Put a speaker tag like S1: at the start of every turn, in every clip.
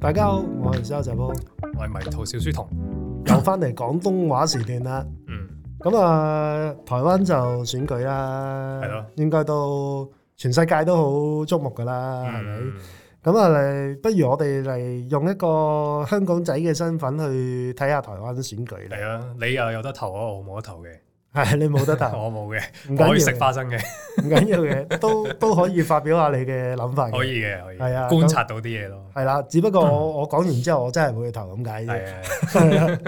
S1: 大家好，我係沙澤波，
S2: 我係迷途小書童。
S1: 又翻嚟廣東話時段啦。
S2: 嗯，
S1: 咁啊，台灣就選舉啦，
S2: 係咯，
S1: 應該都全世界都好矚目噶啦，啊係咪、
S2: 嗯
S1: 咁啊，嚟不如我哋嚟用一個香港仔嘅身份去睇下台灣選舉啦。
S2: 嚟啦，你又有得投啊，我冇得投嘅，
S1: 係你冇得 答，
S2: 我冇嘅，
S1: 啊唔緊
S2: 我可以食
S1: 要嘅，
S2: 花生嘅，
S1: 唔緊要嘅， 都都可以發表下你嘅諗法
S2: 可
S1: 嘅。
S2: 以嘅，可以。
S1: 係啊
S2: 觀察到啲嘢咯。
S1: 係啦，只不過 我我講完之後，我真係冇去投咁解啫。
S2: 係啊，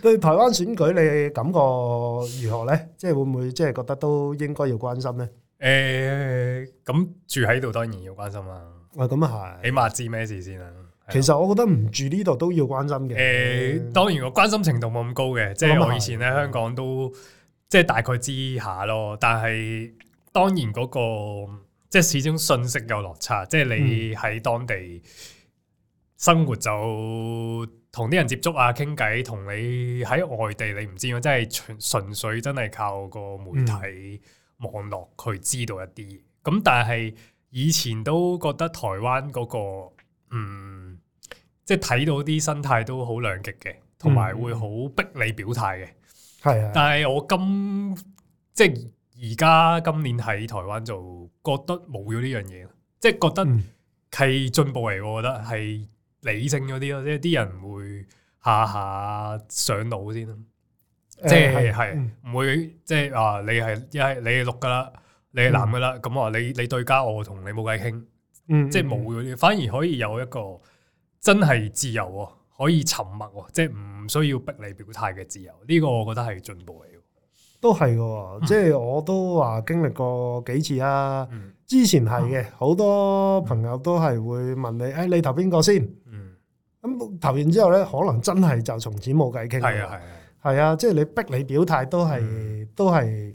S1: 對台灣選舉你感覺如何呢？即係會唔會即係覺得都應該要關心呢？
S2: 誒，咁住喺度當然要關心啦，
S1: 啊，咁啊
S2: 起
S1: 係。
S2: 碼知咩事先啦。係
S1: 其
S2: 啊
S1: 實我覺得唔住呢度都要關心嘅。
S2: 誒，當然我關心程度冇咁高嘅，即
S1: 我諗
S2: 係我
S1: 係
S2: 以前喺香港都即係大概知下咯，但係當然嗰個即係始終信息有落差，即係你喺當地生活就同啲人接觸啊、傾偈，同你喺外地你唔知，真係純純粹真係靠個媒體網絡去知道一啲。咁但係以前都覺得台灣嗰個嗯。即係睇到啲生態都好兩極嘅，同埋
S1: 嗯
S2: 會好逼你表態嘅。
S1: 係啊，
S2: 但係我今即係而家今年喺台灣就覺得冇咗呢樣嘢，即係覺得
S1: 嗯
S2: 係進步嚟，我覺得係理性咗啲咯，即係啲人會下下上腦先咯，即係
S1: 誒
S2: 係
S1: 嗯
S2: 唔會即係啊你係一係你係綠噶啦，你係藍噶啦，咁我話你你對家我同你冇偈傾。
S1: 嗯
S2: 即係冇嗰啲，反而可以有一個真係自由喎，可以沉默喎，即係唔需要逼你表態嘅自由。呢、個我覺得係進步嚟嘅。
S1: 都係嘅喎。即係我都話經歷過幾次啊。
S2: 嗯
S1: 之前係嘅，好多朋友都係會問你：，誒，你投邊個先？
S2: 嗯，
S1: 咁投完之後呢，可能真係就從此冇偈傾。
S2: 係啊係啊，
S1: 係啊，即係你逼你表態都係
S2: 嗯
S1: 都係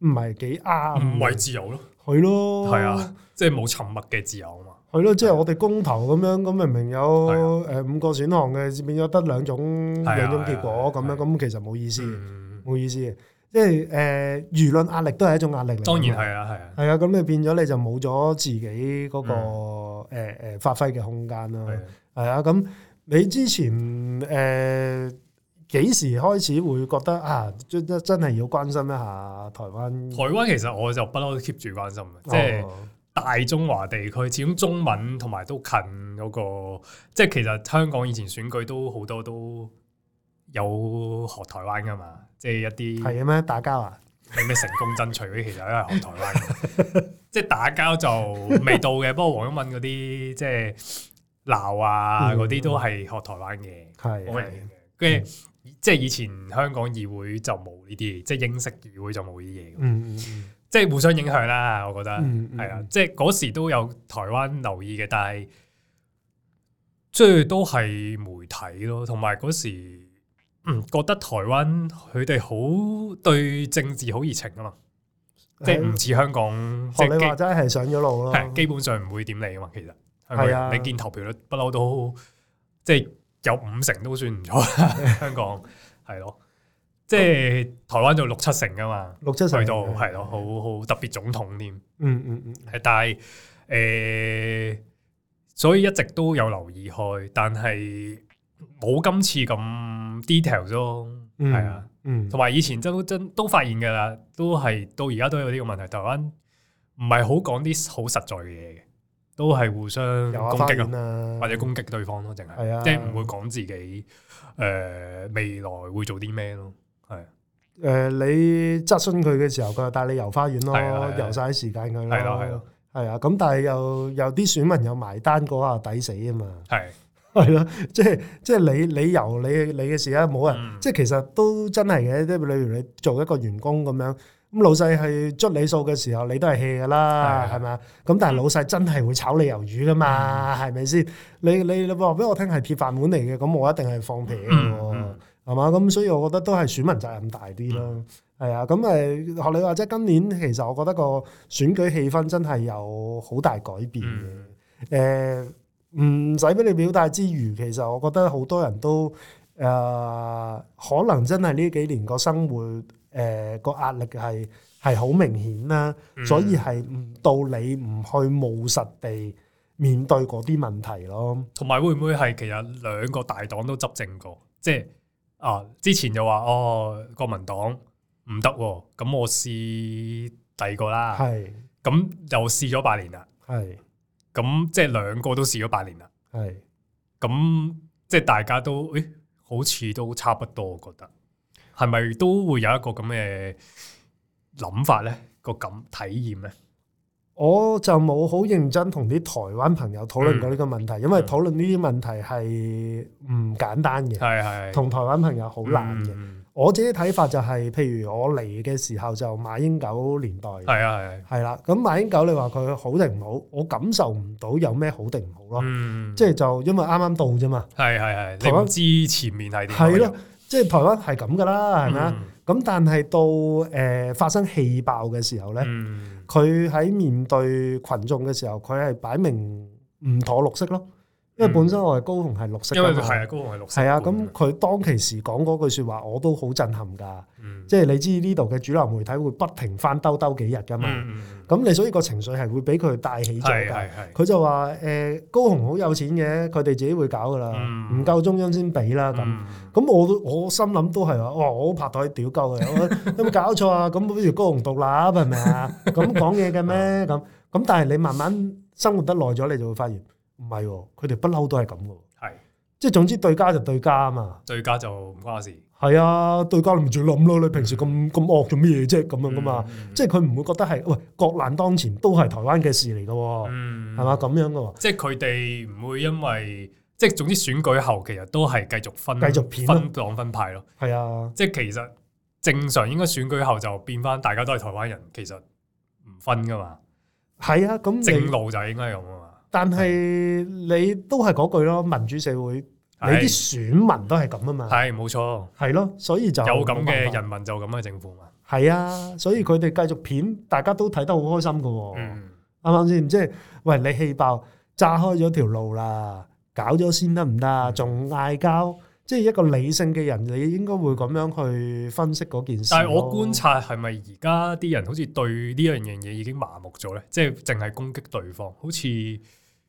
S1: 唔係幾啱？
S2: 唔為自由咯，
S1: 係咯，
S2: 係啊，即係冇沉默嘅自由啊嘛。
S1: 係咯，即係我哋公投咁樣，咁明明有
S2: 係啊
S1: 誒五個選項嘅，變咗得兩種
S2: 係啊
S1: 兩種結果
S2: 係啊
S1: 咁樣，
S2: 係啊
S1: 咁其實冇意思，
S2: 嗯，
S1: 冇意思嘅。即係誒輿論壓力都係一種壓力嚟。
S2: 當然。係啊係啊
S1: 係啊，咁你變咗你就冇咗自己嗰個誒誒發揮嘅空間啦。
S2: 嗯係啊。
S1: 係啊，咁你之前誒幾時開始會覺得啊，真真真係要關心一下台灣？
S2: 台灣其實我就不嬲都 keep 住關心嘅，即係。
S1: 哦
S2: 大中華地區，始終中文同埋都近嗰、個，即係其實香港以前選舉都好多都有學台灣噶嘛，即係一啲
S1: 係嘅咩？打交啊？
S2: 你咩成功爭取嗰啲，其實都係學台灣 㗎。即係打交就未到嘅，不過黃毓民嗰啲即係鬧啊
S1: 嗯
S2: 嗰啲都係學台灣嘅，
S1: 係
S2: 我明
S1: 係
S2: 嘅。跟住即係以前香港議會就冇呢啲，即係英式議會就冇呢啲嘢㗎，
S1: 嗯嗯
S2: 即係互相影響啦，我覺得。
S1: 嗯嗯，
S2: 係啊，即係嗰時都有台灣留意嘅，但係即係都係媒體咯，同埋嗰時嗯覺得台灣佢哋好對政治好熱情啊嘛，
S1: 係，啊
S2: 即係唔似香港，即
S1: 學你
S2: 係
S1: 話
S2: 基
S1: 齋係上咗路咯，
S2: 係基本上唔會點你啊嘛，其實香港
S1: 係啊
S2: 人你見投票率不嬲都即係有五成都算唔 錯啦，香港係咯，即係台灣就六七成噶嘛，
S1: 六七十啊
S2: 去到係咯，好好特別總統添。
S1: 嗯嗯嗯，
S2: 係，但係誒、所以一直都有留意開，但係冇今次咁 detail 咯，
S1: 嗯
S2: 係啊，，
S1: 嗯，
S2: 同埋以前都真都發現㗎啦，都係到而家都有呢個問題，台灣唔係好講啲好實在嘅嘢嘅，都係互相
S1: 有啊，
S2: 攻
S1: 花
S2: 擊
S1: 園
S2: 啊，
S1: 啊，
S2: 或者攻擊對方咯，淨係
S1: 係啊
S2: 即係唔會講自己誒、未來會做啲咩咯，係
S1: 誒你質詢佢嘅時候，佢就帶你遊花園
S2: 係啊係
S1: 咯，
S2: 啊
S1: 遊晒啲時間佢咯，
S2: 係咯係咯，
S1: 係啊，咁但係又有啲選民有埋單嗰下抵死啊嘛，
S2: 係
S1: 係咯， 即係即係你你遊你你嘅時間冇人，
S2: 嗯
S1: 即係其實都真係嘅，即係例如你做一個員工咁樣。咁老細係捽你數嘅時候，你都係 hea 㗎啦，
S2: 係嗯
S1: 係咪啊？咁但係老細真係會炒你魷魚㗎嘛，係咪先？你你你話俾我聽係鐵飯碗嚟嘅，咁我一定係放屁嘅
S2: 嗯
S1: 喎。
S2: 嗯
S1: 係嘛？咁所以我覺得都係選民責任大啲咯。係啊，咁誒學你話齋，今年其實我覺得個選舉氣氛真係有好大改變
S2: 嗯
S1: 嘅。誒唔使俾你表態之餘，其實我覺得好多人都誒、可能真係呢幾年個生活誒個、壓力係係好明顯啦，
S2: 嗯
S1: 所以係唔到你唔去務實地。面對嗰啲問題咯。
S2: 同埋會唔會係其實兩個大黨都執政過？即係啊，之前就話哦，國民黨唔得喎，咁我試第二個啦。
S1: 係
S2: 咁又試咗八年啦，
S1: 係
S2: 咁即係兩個都試咗八年啦。
S1: 係
S2: 咁即係大家都誒、咦好似都差不多，我覺得係咪都會有一個咁嘅諗法咧？個感體驗咧，
S1: 我就冇好認真同啲台灣朋友討論過呢個問題，因為討論呢啲問題係唔簡單嘅，
S2: 係係
S1: 同台灣朋友好難嘅。
S2: 嗯
S1: 我自己睇法就係、譬如我嚟嘅時候就馬英九年代，
S2: 係啊係啊，
S1: 係啦。咁馬英九你話佢好定唔好，我感受唔到有咩好定唔好咯。
S2: 嗯，
S1: 即係就因為啱啱到啫嘛，
S2: 係係係，
S1: 台灣
S2: 你唔知前面係點嗯
S1: 係咯，即係台灣係咁噶啦，係咪啊？咁但係到誒、呃、發生氣爆嘅時候咧，
S2: 嗯
S1: 佢喺、面對群眾嘅時候，佢係擺明唔妥綠色咯，因為本身我係高雄係綠色
S2: 因為
S1: 㗎
S2: 佢
S1: 嘛，
S2: 係啊，高雄係綠色
S1: 係啊，
S2: 館
S1: 咁佢當其時講嗰句説話，我都好震撼㗎，
S2: 嗯
S1: 即係你知呢度嘅主流媒體會不停翻兜兜幾日㗎嘛，
S2: 嗯
S1: 咁、你所以個情緒係會俾佢帶起咗
S2: 係
S1: 㗎。
S2: 係係，
S1: 佢就話誒、呃高雄好有錢嘅，佢哋自己會搞㗎啦，唔、
S2: 嗯
S1: 夠中央先俾啦咁。
S2: 嗯
S1: 咁我都我心諗都係話，哇！我好拍台屌鳩嘅，我 有冇搞錯啊？咁不如高雄獨立係咪啊？咁講嘢 嘅
S2: 啊
S1: 咩？咁咁但係你慢慢生活得耐咗，你就會發現唔係喎，佢哋不嬲都係咁嘅喎。
S2: 係
S1: 即係總之對家就對家啊嘛。
S2: 對家就唔關我事，
S1: 係啊，對家你咪最諗咯。你平時咁咁惡做咩嘢啫？咁樣噶嘛。
S2: 嗯
S1: 即係佢唔會覺得係喂國難當前都係台灣嘅事嚟嘅喎，
S2: 嗯
S1: 係嘛咁樣嘅喎。
S2: 即係佢哋唔會因為即係總之選舉後其實都係繼續分
S1: 繼續片咯
S2: 分黨分派咯。
S1: 係啊，
S2: 即係其實正常應該選舉後就變翻大家都係台灣人，其實唔分噶嘛，
S1: 係啊。咁
S2: 正
S1: 你
S2: 路就應該係咁啊嘛。
S1: 但係你都係嗰句咯，民主社會你
S2: 係
S1: 啲選民都係咁啊嘛，
S2: 係冇錯，
S1: 係咯，所以就
S2: 有咁
S1: 冇
S2: 嘅
S1: 辦
S2: 人民就咁嘅政府嘛。
S1: 法係啊，所以佢哋繼續片，大家都睇得好開心噶喎，
S2: 嗯，
S1: 啱唔啱先？即係喂，你氣爆炸開咗條路啦，搞咗先得唔得？
S2: 嗯
S1: 仲嗌交，即係一個理性嘅人，你應該會咁樣去分析嗰件事咯。
S2: 但係我觀察係咪而家啲人好似對呢樣樣嘢已經麻木咗咧？即係淨係攻擊對方，好似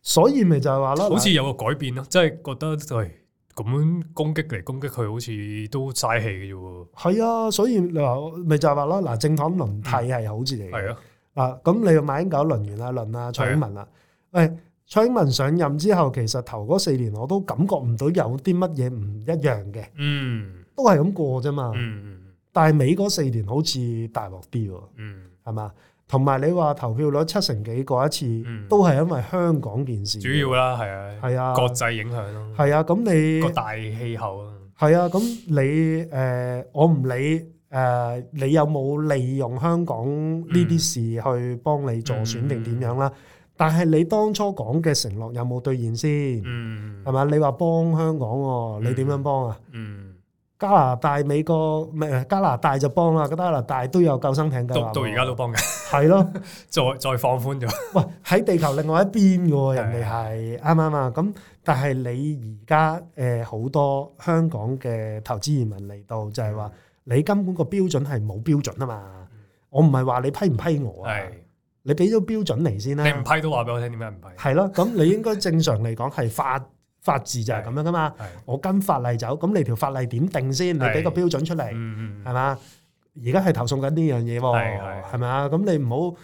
S1: 所以咪就係話咯，
S2: 好似有個改變咯，即係覺得喂咁樣攻擊嚟攻擊去，好似都嘥氣嘅啫喎。
S1: 係啊，所以你話咪就係話咯，嗱，政黨輪替係好事嚟嘅。
S2: 係啊，
S1: 啊，咁你馬英九輪完啦，輪啊蔡英文啦，誒蔡英文上任之後，其實頭嗰四年我都感覺唔到有啲乜嘢唔一樣嘅，
S2: 嗯
S1: 都係咁過啫嘛。
S2: 嗯嗯
S1: 但係美嗰四年好似大鑊啲喎，
S2: 嗯，
S1: 係嘛？同埋你話投票率七成幾嗰一次，
S2: 嗯
S1: 都係因為香港件事。
S2: 主要啦，係啊，
S1: 係啊，
S2: 國際影響咯。
S1: 係啊，咁你
S2: 個大氣候啊，
S1: 係啊，咁你誒、呃我唔理誒、呃你有冇利用香港
S2: 嗯
S1: 呢啲事去幫你助選定點樣啦？但係你當初講嘅承諾有冇兌現先？
S2: 嗯
S1: 係嘛、你話幫香港喎、
S2: 嗯
S1: 你點樣幫啊？
S2: 嗯，
S1: 加拿大、美國唔係加拿大就幫啦，加拿大都有救生艇計劃喎
S2: 到到而家都幫緊，
S1: 係咯。
S2: 再再放寬咗，
S1: 喂，喺地球另外一邊嘅喎，
S2: 係
S1: 人哋係啱唔啱啊？咁但係你而家誒好多香港嘅投資移民嚟到，就係話你根本個標準係冇標準啊嘛
S2: 嗯。
S1: 我唔係話你批唔批我啊，
S2: 係
S1: 你俾咗標準嚟先
S2: 你唔
S1: 啦。
S2: 批都話俾我聽，點解唔批？
S1: 係咯，咁你應該正常嚟講 係法法治就係咁樣噶嘛。
S2: 係
S1: 我跟法例走，咁你條法例點定先？你
S2: 係
S1: 俾個標準出嚟。
S2: 嗯嗯
S1: 係嘛？而家係投訴緊呢樣嘢
S2: 係
S1: 喎
S2: 係，
S1: 係咪啊？咁你唔好誒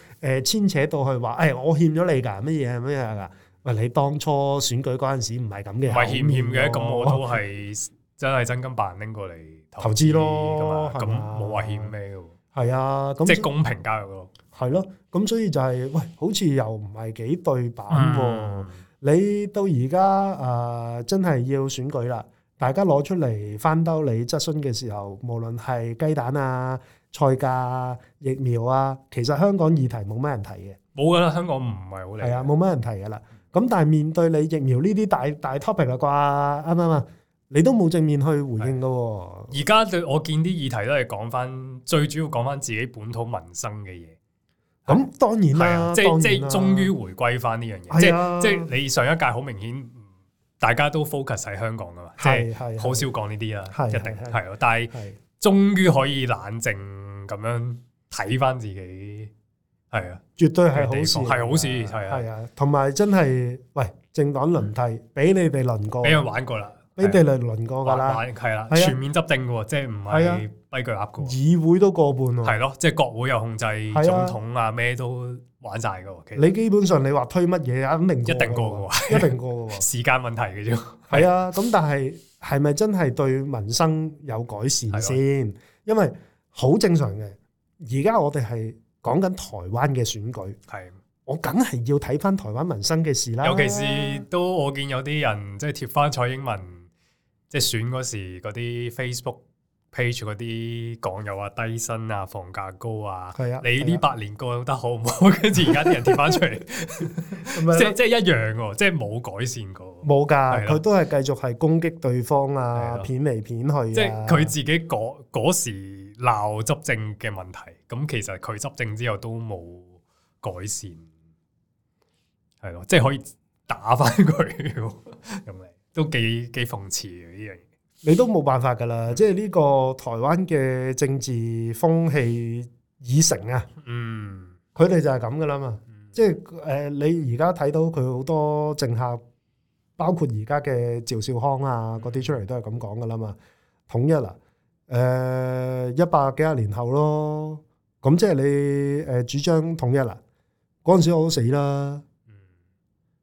S1: 牽扯到去話，誒、哎我欠咗你㗎，乜嘢乜嘢㗎？喂，你當初選舉嗰陣時唔係咁嘅，
S2: 唔係欠欠
S1: 口面喎
S2: 嘅，咁我都係 真係真金白銀拎過嚟投
S1: 投資咯
S2: 㗎
S1: 係
S2: 嘛
S1: 嘛
S2: 咁冇話欠咩嘅喎，
S1: 係啊，
S2: 即
S1: 咁
S2: 係公平交易咯。
S1: 係咯，咁所以就係、喂，好似又唔係幾對版喎。
S2: 嗯
S1: 你到而家誒呃真係要選舉啦，大家攞出嚟翻兜你質詢嘅時候，無論係雞蛋啊、菜價啊、疫苗啊，其實香港議題冇乜人提嘅。
S2: 冇噶啦，香港唔係好理。
S1: 係啊，冇乜人提噶啦。咁但係面對你疫苗呢啲大大 topic 啦啩，啱唔啱啊？你都冇正面去回應噶喎。
S2: 而家對我見啲議題都係講翻，最主要講翻自己本土民生嘅嘢。
S1: 咁當然
S2: 嗯係
S1: 啦
S2: 啊，，即係
S1: 當
S2: 即
S1: 然啦
S2: 係終於回歸翻呢樣嘢，即
S1: 係啊
S2: 係即係你上一屆好明顯，嗯大家都 focus 喺香港噶嘛，即係
S1: 係啊係
S2: 好少講呢啲啦，
S1: 係啊
S2: 一定
S1: 係係
S2: 係咯。但係
S1: 係
S2: 終於可以冷靜咁樣睇翻自己係啊，
S1: 絕對係好事，
S2: 係好事，係啊，嗯
S1: 係啊，同埋真係喂，政黨輪替，俾你哋輪過，
S2: 俾人玩過啦，
S1: 俾你哋輪哦過㗎
S2: 玩
S1: 啦，
S2: 玩係啦，
S1: 係啊
S2: 全面執政嘅喎，即係唔
S1: 係啊
S2: 係跛腳鴨嘅喎，
S1: 議會都過半喎，
S2: 係咯，即係國會又控制，
S1: 啊
S2: 總統啊咩都玩晒嘅喎，其實
S1: 你基本上你話推乜嘢啊，肯定
S2: 一定過
S1: 過㗎
S2: 嘅喎，
S1: 喎，一定過嘅喎，
S2: 時間問題嘅啫，
S1: 係啊，咁但係係咪真係對民生有改善先？因為好正常嘅，而家我哋係講緊台灣嘅選舉，
S2: 係。
S1: 我梗係要睇翻台灣民生嘅事啦，
S2: 尤其是都我見有啲人即係貼翻蔡英文即係選嗰時嗰啲 Facebook page 嗰啲講又話低薪啊、房價高啊，
S1: 係啊
S2: 你
S1: 係
S2: 呢
S1: 啊
S2: 八年過得好唔好？ 跟住而家啲人貼翻出嚟，
S1: 咁樣
S2: 即係即係一樣喎，即係冇改善過。
S1: 冇㗎，
S2: 係咯
S1: 佢都係繼續係攻擊對方
S2: 係
S1: 啊，
S2: 咯
S1: 片嚟片去啊，
S2: 即係佢自己嗰嗰時鬧執政嘅問題，咁其實佢執政之後都冇改善，係咯，即係可以打翻佢 喎咁嚟，都幾幾諷刺嘅呢樣嘢。
S1: 你都冇辦法㗎啦，即係呢個台灣嘅政治風氣已成啊，
S2: 嗯，
S1: 佢哋就係咁㗎啦嘛。
S2: 嗯
S1: 即係誒、呃你而家睇到佢好多政客，包括而家嘅趙少康啊嗰啲出嚟都係咁講㗎啦嘛。統一啊，呃誒一百幾廿年後咯，咁即係你誒、呃主張統一啦、嗰陣時我都死啦。
S2: 嗯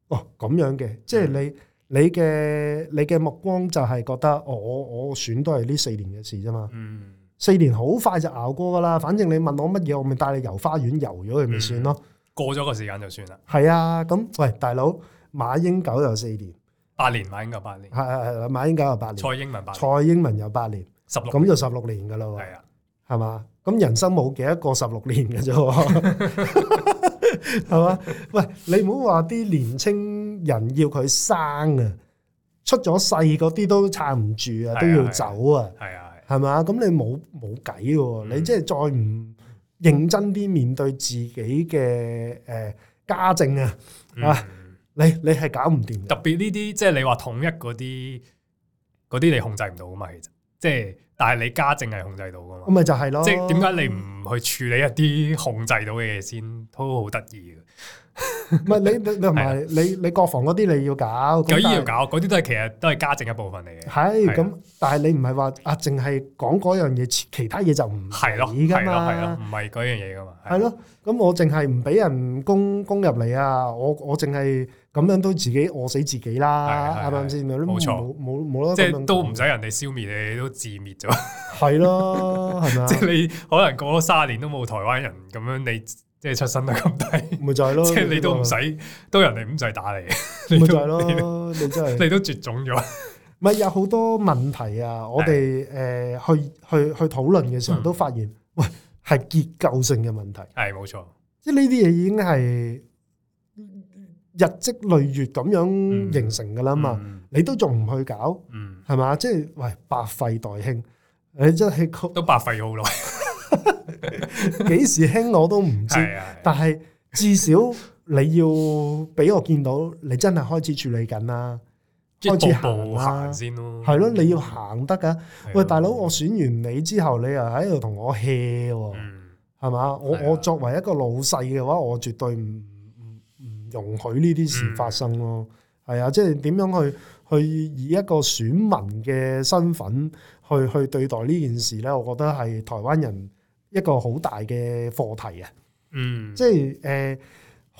S1: 哦，咁樣嘅，即係你你嘅你嘅目光就係覺得，哦，我我選都係呢四年嘅事啫嘛，
S2: 嗯，
S1: 四年好快就熬過噶啦。反正你問我乜嘢，我咪帶你遊花園遊咗佢咪算咯。
S2: 過咗個時間就算啦，
S1: 係、啊，咁喂，大佬，馬英九又四年，
S2: 八年馬英九八年，
S1: 係係係，馬英九又八年，
S2: 蔡英文八年，
S1: 蔡英文又八年，
S2: 十六
S1: 咁就十六年噶啦喎。
S2: 係啊，
S1: 係嘛？咁人生冇幾多個十六年嘅啫 喎，係嘛？喂，你唔好話啲年青人要佢生啊，出咗世嗰啲都撐唔住
S2: 係
S1: 啊，
S2: 啊
S1: 都要走啊，
S2: 係啊，係啊
S1: 係嘛？咁你冇冇計嘅喎，
S2: 嗯
S1: 你即係再唔認真啲面對自己嘅誒、呃家政啊，啊
S2: 嗯
S1: 你你係搞唔掂
S2: 特
S1: 嘅，
S2: 別呢啲即係你話統一嗰啲，嗰啲你控制唔到噶嘛，其實即係，但係你家政係控制到噶
S1: 咁
S2: 嘛，
S1: 咪就係咯。
S2: 即係點解你唔去處理一啲控制到嘅嘢先，都好得意嘅。
S1: 唔係你你同埋你你國防嗰啲你要搞，咁但
S2: 有醫
S1: 係
S2: 啊要搞，嗰啲都係其實都係家政一部分嚟嘅，
S1: 係
S2: 係啊
S1: 咁，但係你唔係話啊，淨係講嗰樣嘢，其其他嘢就唔
S2: 係咯，
S1: 理㗎
S2: 係咯，係
S1: 嘛，
S2: 咯，唔係嗰樣嘢噶嘛，
S1: 係，咯。咁我淨係唔俾人攻攻入嚟啊！我我淨係咁樣都自己餓死自己啦，啱
S2: 係係
S1: 唔啱先？冇
S2: 冇錯
S1: 冇冇冇
S2: 即
S1: 得咁樣
S2: 係都唔
S1: 講
S2: 使人哋消滅你，你都自滅咗。
S1: 啊係咯，係咪
S2: 即
S1: 啊？
S2: 係你可能過咗卅年都冇台灣人咁樣，你即係出身都咁低，
S1: 咪就係咯，
S2: 即係你
S1: 呢
S2: 都
S1: 個
S2: 唔使，都人哋唔使打你，
S1: 咪
S2: 你
S1: 就係
S2: 都你都
S1: 咯，你真係
S2: 你都絕種咗。
S1: 咪有好多問題啊！我哋誒去去去討論嘅時候
S2: 嗯
S1: 都發現，喂係結構性嘅問題。
S2: 係冇錯，
S1: 即係呢啲嘢已經係日積累月咁樣
S2: 嗯
S1: 形成噶啦嘛，
S2: 嗯，
S1: 你都仲唔去搞
S2: 嗯，
S1: 係嘛？即係喂，百廢待興，你真係 佢
S2: 都白費咗好耐。
S1: 幾時興我都唔知，
S2: 係啊，係啊
S1: 但係至少你要俾我見到你真係開始處理緊啦，
S2: 即
S1: 開始
S2: 係
S1: 行
S2: 步步
S1: 啦
S2: 行先咯。
S1: 係咯，你要行得噶。
S2: 係啊咯
S1: 喂，大佬，我選完你之後，你又喺度同我 hea 喎。
S2: 嗯
S1: 係嘛？我
S2: 係啊
S1: 我作為一個老細嘅話，我絕對唔唔唔容許呢啲事發生咯。
S2: 嗯
S1: 係啊，即係點樣去去以一個選民嘅身份去去對待呢件事呢？我覺得係台灣人一個好大嘅課題啊！
S2: 嗯，
S1: 即係誒、呃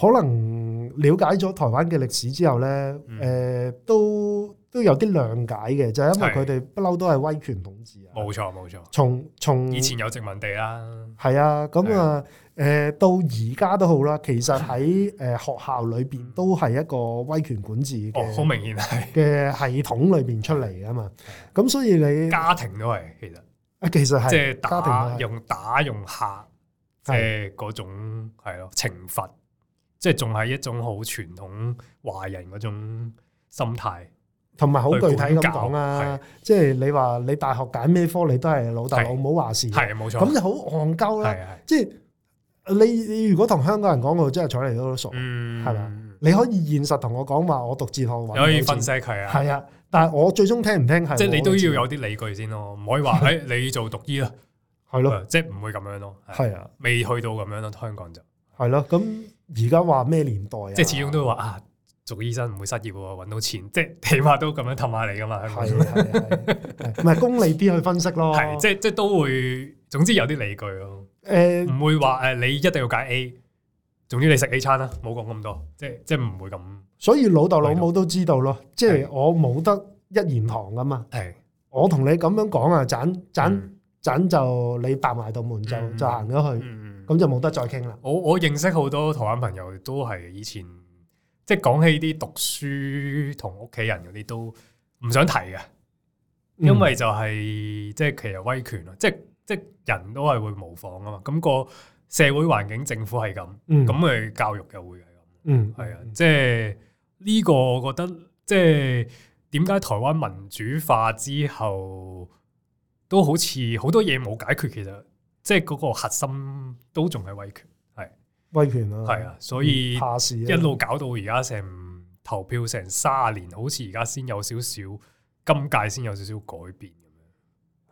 S1: 可能了解咗台灣嘅歷史之後呢，
S2: 嗯
S1: 誒、都都有啲諒解嘅，就係、因為
S2: 係
S1: 佢哋不嬲都係威權統治啊。
S2: 冇錯冇錯。
S1: 從從
S2: 以前有殖民地啦，
S1: 係啊，咁
S2: 係
S1: 啊，誒到而家都好啦。其實 喺誒學校裏邊都係一個威權管治
S2: 哦，好
S1: 嘅
S2: 明顯係
S1: 嘅系統裏邊出嚟噶嘛。咁所以你
S2: 家庭都係其實，
S1: 啊其實
S2: 即
S1: 係
S2: 係
S1: 家庭都
S2: 打
S1: 係
S2: 用打用嚇。即
S1: 係
S2: 係嗰種係咯懲罰，即係仲係一種好傳統華人嗰種心態，
S1: 同埋好具體咁
S2: 去管教
S1: 講啊，即係你話你大學揀咩科，你都係老豆
S2: 係
S1: 老母話事，
S2: 係冇錯，
S1: 咁就好戇鳩啦。
S2: 係係，
S1: 即係你你如果同香港人講，我真係睬你都傻。
S2: 嗯，
S1: 係
S2: 嘛，
S1: 你可以現實同我講話，我讀哲學
S2: 你
S1: 揾
S2: 可以
S1: 到
S2: 分
S1: 錢
S2: 析佢啊，
S1: 係啊，但係我最終聽唔聽係
S2: 即係你
S1: 我
S2: 都
S1: 嘅事
S2: 要有啲理據先咯，唔可 以話誒你做讀醫啦，
S1: 係咯，
S2: 即係唔會咁樣咯，係
S1: 係啊。
S2: 未去到咁樣咯，香港就
S1: 係咯，咁而家話咩年代啊？
S2: 即係始終都話啊，做醫生唔會失業喎，揾到錢，即係起 碼都咁樣氹下你噶嘛，香港
S1: 係啊係係，唔係功利啲去分析咯。
S2: 係即係即係都會，總之有啲理據咯，
S1: 誒
S2: 唔會話誒你一定要揀 A，總之你食 A 餐啦，冇講咁多，即係即係唔會咁
S1: 所以老豆老母都知道咯，即係我冇得一言堂噶嘛。
S2: 係
S1: 我同你咁樣講啊，斬斬
S2: 嗯
S1: 斬就你白埋道門就
S2: 嗯
S1: 就行咗去，
S2: 嗯
S1: 咁就冇得再傾啦。
S2: 我我認識好多台灣朋友都係以前即係講起啲讀書同屋企人嗰啲都唔想提嘅，
S1: 嗯
S2: 因為就係、即係其實威權啊，即係即係人都係會模仿啊嘛。咁、個社會環境、政府係咁，
S1: 嗯
S2: 咁咪教育又會係咁，
S1: 嗯
S2: 係啊。即係呢個我覺得即係點解台灣民主化之後都好似好多嘢冇解決，其實即係嗰個核心都仲係威權。
S1: 威權啊，
S2: 係啊，所以
S1: 怕事
S2: 一路搞到而家成投票成卅年，好似而家先有少少今屆先有少少改變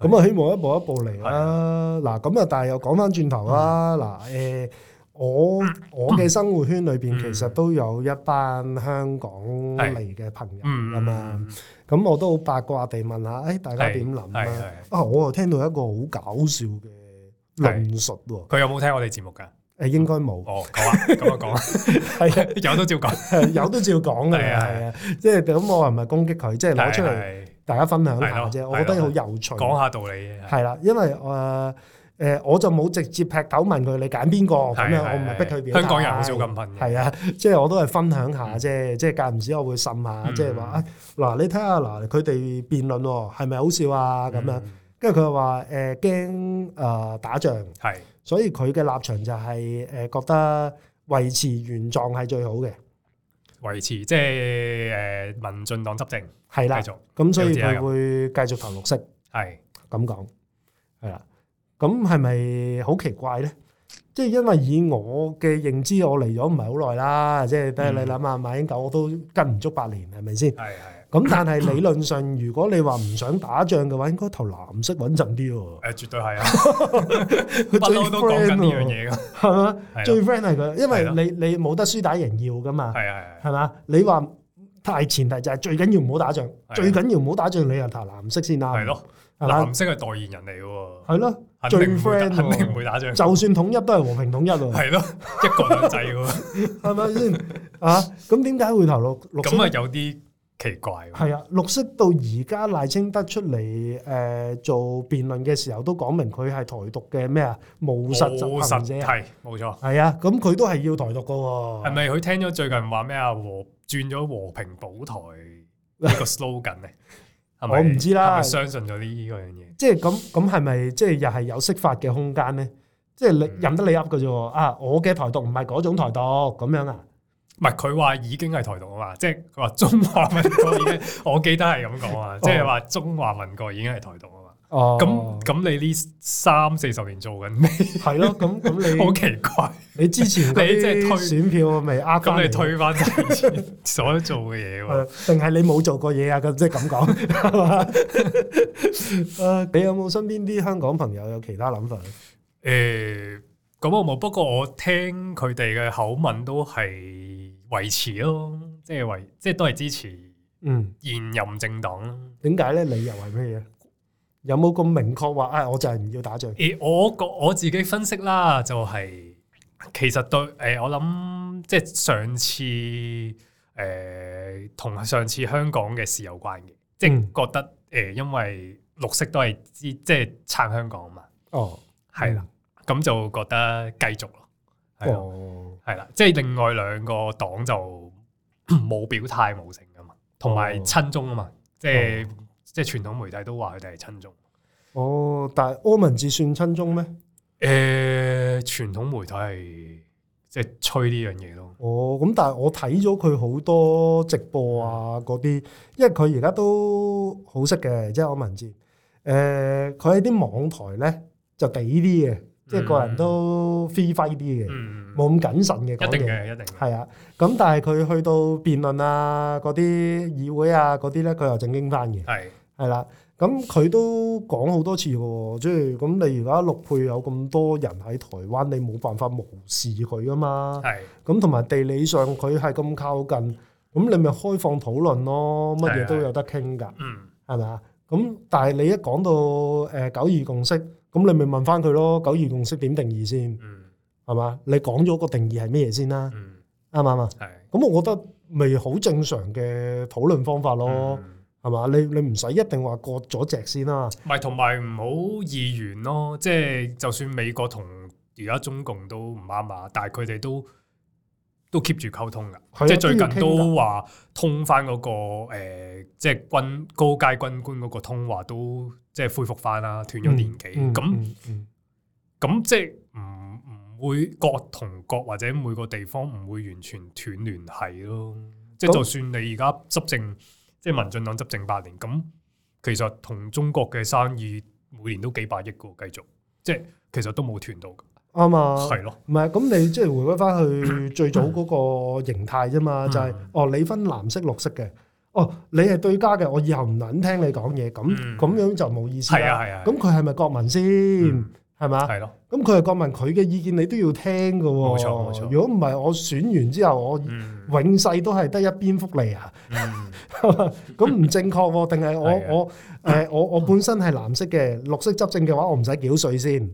S2: 咁
S1: 咁啊，希望一步一步嚟
S2: 係
S1: 啦。嗱，咁啊，但係又講翻轉頭啦。嗱，誒，我我嘅生活圈裏邊
S2: 嗯
S1: 其實都有一班香港
S2: 係
S1: 嚟嘅朋友
S2: 樣。
S1: 㗎嘛。
S2: 嗯，
S1: 咁我都好八卦地問下，誒大家點諗
S2: 係
S1: 啊？
S2: 係
S1: 啊，我又聽到一個好搞笑嘅論述喎，
S2: 佢有冇聽我哋節目㗎？
S1: 誒應該冇，
S2: 哦，講啊，咁啊 講啊，
S1: 係啊，
S2: 有都照講，
S1: 有都照講嘅，
S2: 係啊
S1: 係啊，即係咁我係咪攻擊佢？即係攞出嚟
S2: 係
S1: 大家分享下
S2: 係
S1: 啫，
S2: 咯
S1: 我覺得好有趣
S2: 係，講下道理嘅，係
S1: 係啦，因為誒誒我就冇直接劈頭問佢你揀邊個哦咁
S2: 係
S1: 樣，我唔係逼佢表態
S2: 香港人好少咁嗯噴嘅，
S1: 係啊，即係我都係分享下啫，即係間唔時我會呻下，即
S2: 嗯
S1: 係話啊嗱，你睇下嗱，佢哋辯論喎，係咪好笑啊咁樣？
S2: 嗯，
S1: 跟住佢又話誒驚誒打仗，
S2: 係
S1: 所以佢嘅立場就係、誒、呃覺得維持原狀係最好嘅，
S2: 維持即係誒民進黨執政，
S1: 係
S2: 繼
S1: 啦。
S2: 續
S1: 咁所以
S2: 就知啦
S1: 佢會繼續投綠色
S2: 係
S1: 咁講，係啦。咁係咪好奇怪呢？即係因為以我嘅認知，我嚟咗唔係好耐啦，即係
S2: 嗯
S1: 你諗下馬英九我都跟唔足八年，係咪 先？
S2: 係係
S1: 咁但係理論上，如果你話唔想打仗嘅話，應該投藍色穩陣啲喎。
S2: 誒絕對係啊，
S1: 佢
S2: 不嬲都講緊呢樣
S1: 喎
S2: 嘢㗎，
S1: 係嘛？
S2: 係
S1: 最 friend 係佢，因
S2: 係
S1: 為你你冇得輸打贏要噶嘛，
S2: 係係係。
S1: 係嘛？你話大前提就係最緊要唔好打仗，
S2: 係
S1: 最緊要唔好打仗，你又投藍色先啦，
S2: 係，咯，
S1: 係嘛？
S2: 藍色係代言人嚟嘅
S1: 係咯，
S2: 喎，
S1: 最
S2: 肯定唔會打
S1: friend
S2: 肯
S1: 喎
S2: 定唔會打仗，
S1: 就算統一都係和平統一喎，
S2: 係咯，一國兩制嘅喎，
S1: 係咪先？啊，咁點解會投綠綠
S2: 咁啊
S1: 色？
S2: 有啲奇怪喎，
S1: 係啊，綠色到而家賴清德出嚟誒做辯論嘅時候，都講明佢係台獨嘅咩啊務實執行者啊，
S2: 係冇錯，
S1: 係啊，咁佢都係要台獨噶
S2: 係
S1: 喎，
S2: 咪佢聽咗最近話咩啊和轉咗和平保台 呢個 slogan 咧？係咪
S1: 我唔知啦
S2: 係咪相信咗呢個樣嘢？
S1: 即係咁咁係咪即係又係有釋法嘅空間咧？即係
S2: 嗯
S1: 你任得你噏嘅啫喎，啊，我嘅台獨唔係嗰種台獨咁樣啊，
S2: 唔係佢話已經係台獨啊嘛，即係佢話中華民國已經， 我記得係咁講啊，即係話中華民國已經係台獨啊嘛。
S1: 哦
S2: 咁咁你呢三四十年做緊咩？
S1: 係咯，咁咁 你
S2: 好奇怪。
S1: 你之前嗰
S2: 你即係
S1: 啲
S2: 推
S1: 選票咪呃翻
S2: 咁你
S1: 嚟
S2: 推翻以前所做嘅嘢喎，
S1: 誒定係你冇做過嘢啊？咁 即係咁講，係嘛？誒，你有冇身邊啲香港朋友有其他諗法咧？啊
S2: 誒咁我冇，不過我聽佢哋嘅口吻都係維持咯，即係維即係都係支持
S1: 嗯，
S2: 現任政黨咯。
S1: 點解咧？理由係咩嘢？有冇咁明確話啊？我就係唔要打仗。
S2: 誒、我個我自己分析啦，就係、其實對誒、我諗即係上次誒、同上次香港嘅事有關嘅，即係
S1: 嗯
S2: 覺得誒、因為綠色都係支即係撐香港嘛，
S1: 哦，
S2: 係啦，咁就覺得繼續咯，係咯。
S1: 哦，
S2: 係啦，即係另外兩個黨就 冇表態冇成噶嘛，同埋
S1: 哦
S2: 親中啊嘛，即係即係傳統媒體都話佢哋係親中。
S1: 哦，但係柯文哲算親中咩？
S2: 誒、傳統媒體係即係吹呢樣嘢咯。
S1: 哦，咁但係我睇咗佢好多直播啊嗰啲，因為佢而家都好識嘅，即係柯文哲。誒、佢喺啲網台咧就地啲嘅，即係個人都 free 揮啲嘅。
S2: 嗯，
S1: 冇咁謹慎嘅
S2: 一
S1: 講
S2: 定
S1: 嘢，
S2: 嘅，一定嘅。
S1: 係啊。咁但係佢去到辯論啊、嗰啲議會啊、嗰啲咧，佢又正經翻嘅，
S2: 係
S1: 係啦。咁佢都講好多次嘅喎，即係咁你而家陸配有咁多人喺台灣，你冇辦法無視佢噶嘛。
S2: 係
S1: 咁同埋地理上佢係咁靠近，咁你咪開放討論咯，乜嘢都有得傾㗎，
S2: 嗯
S1: 係咪啊？咁但係你一講到誒、九二共識，咁你咪問翻佢咯，九二共識點定義先
S2: 嗯
S1: 係嘛？你講咗個定義係咩嘢先啦？
S2: 嗯
S1: 啱唔啱啊？
S2: 係
S1: 咁我覺得咪好正常嘅討論方法咯，
S2: 嗯
S1: 係嘛、你你唔使一定話割咗隻先啦，
S2: 咪同埋唔好議員咯，即係就算美國同而家中共都唔啱啊，但係佢哋都都 keep 住溝通
S1: 係啊
S2: 噶，即係最近
S1: 都要傾
S2: 都話通翻嗰、個、呃、即係軍高階軍官嗰個通話都即係恢復翻啦，斷咗年幾
S1: 嗯
S2: 咁。
S1: 嗯嗯
S2: 咁即係唔唔會各同各或者每個地方唔會完全斷聯繫咯。即係
S1: 咁
S2: 就算你而家執政，即係民進黨執政八年，咁其實同中國嘅生意每年都幾百億嘅，繼續即係其實都冇斷到㗎。
S1: 啱啊。
S2: 係咯，
S1: 唔係，咁你即係回歸翻去最早嗰個形態啫嘛，
S2: 嗯
S1: 就係、哦，你分藍色、綠色嘅，哦，你係對家嘅，我以後唔撚聽你講嘢，咁
S2: 嗯
S1: 咁、樣就冇意思
S2: 係
S1: 啦。
S2: 啊，係啊，
S1: 咁佢係咪國民先？
S2: 嗯
S1: 係嘛？
S2: 係咯，
S1: 咁佢係國民，佢嘅意見你都要聽嘅喎。
S2: 冇錯冇錯
S1: 如果唔係，我選完之後，我
S2: 嗯
S1: 永世都係得一邊福利 啊！
S2: 嗯
S1: 咁唔正確喎，定係
S2: 係啊
S1: 我我誒我我本身係藍色嘅，綠色執政嘅話，我唔使繳税 先，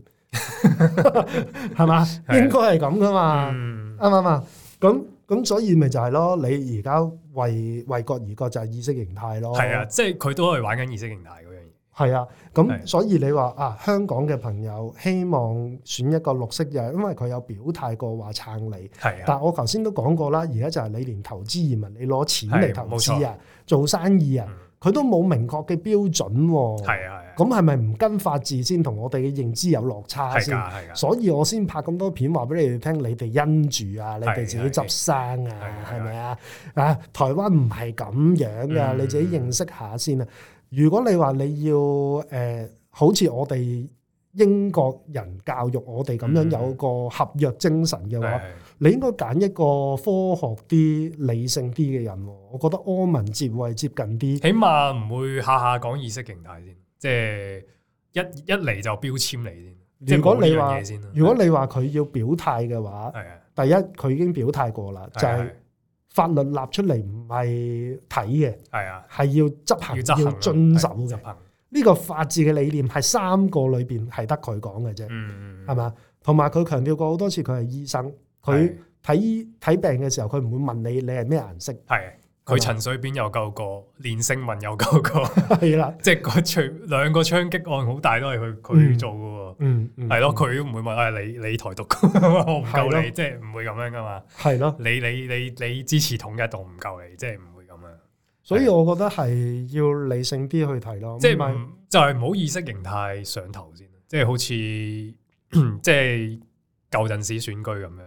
S1: 係嘛？
S2: 啊
S1: 應該係咁噶嘛。
S2: 嗯
S1: 啱唔啱啊？咁咁所以咪就係咯，你而家為為國而國就係意識形態咯。
S2: 係啊，，即係佢都係玩緊意識形態嗰樣嘢。
S1: 係啊。
S2: 係
S1: 咁所以你話啊，香港嘅朋友希望選一個綠色嘅，因為佢有表態過話撐你。
S2: 係啊，
S1: 但我頭先都講過啦，而家就係你連投資移民，你攞錢
S2: 係
S1: 嚟投資啊，做生意啊
S2: 嗯，
S1: 佢都冇明確嘅標準喎、
S2: 係啊，係啊，
S1: 咁係咪唔跟法治先同我哋嘅認知有落差
S2: 係
S1: 先？
S2: 㗎，係㗎。
S1: 所以我先拍咁多片話俾你哋聽，你哋因住啊，你哋自己執生啊，
S2: 係係
S1: 係咪啊？啊，台灣唔係咁樣噶，
S2: 嗯
S1: 你自己認識下先啊。如果你話你要誒、呃好似我哋英國人教育我哋咁樣
S2: 嗯
S1: 有個合約精神嘅話，
S2: 係
S1: 你應該揀一個科學啲、理性啲嘅人喎。我覺得柯文哲會係接近啲。
S2: 起碼唔會下下講意識形態先，即係一一嚟就標籤你先。即係
S1: 如果
S2: 冇呢
S1: 你
S2: 樣
S1: 話
S2: 嘢先啦，
S1: 如果你話佢要表態嘅話，
S2: 係啊，
S1: 第一佢已經表態過啦，就係、法律立出嚟唔係睇嘅，
S2: 係啊，
S1: 係要執
S2: 要
S1: 行、
S2: 執行
S1: 要
S2: 啊
S1: 遵守嘅
S2: 係執。行，
S1: 呢個法治嘅理念係三個裏邊係得佢講嘅啫，
S2: 嗯，
S1: 係嘛？同埋佢強調過好多次，佢係醫生，佢睇睇病嘅時候，佢唔會問你你係咩顏色，
S2: 係係佢陳水扁又救過，連勝文又救過，
S1: 係啦，
S2: 即係嗰除兩個槍擊案好大都係佢佢
S1: 嗯
S2: 做嘅
S1: 嗯，
S2: 喎，
S1: 嗯
S2: 係咯，，佢都唔會問啊你你台獨， 我唔救
S1: 係
S2: 你，
S1: 咯
S2: 即係唔會咁樣噶嘛，
S1: 係咯，
S2: 你你你你支持統一，我唔救你，即係唔會咁樣。
S1: 所以我覺得係要理性啲去睇咯，
S2: 即係
S1: 唔係
S2: 唔就係唔好意識形態上頭先，即係好似 即係舊陣時選舉咁樣，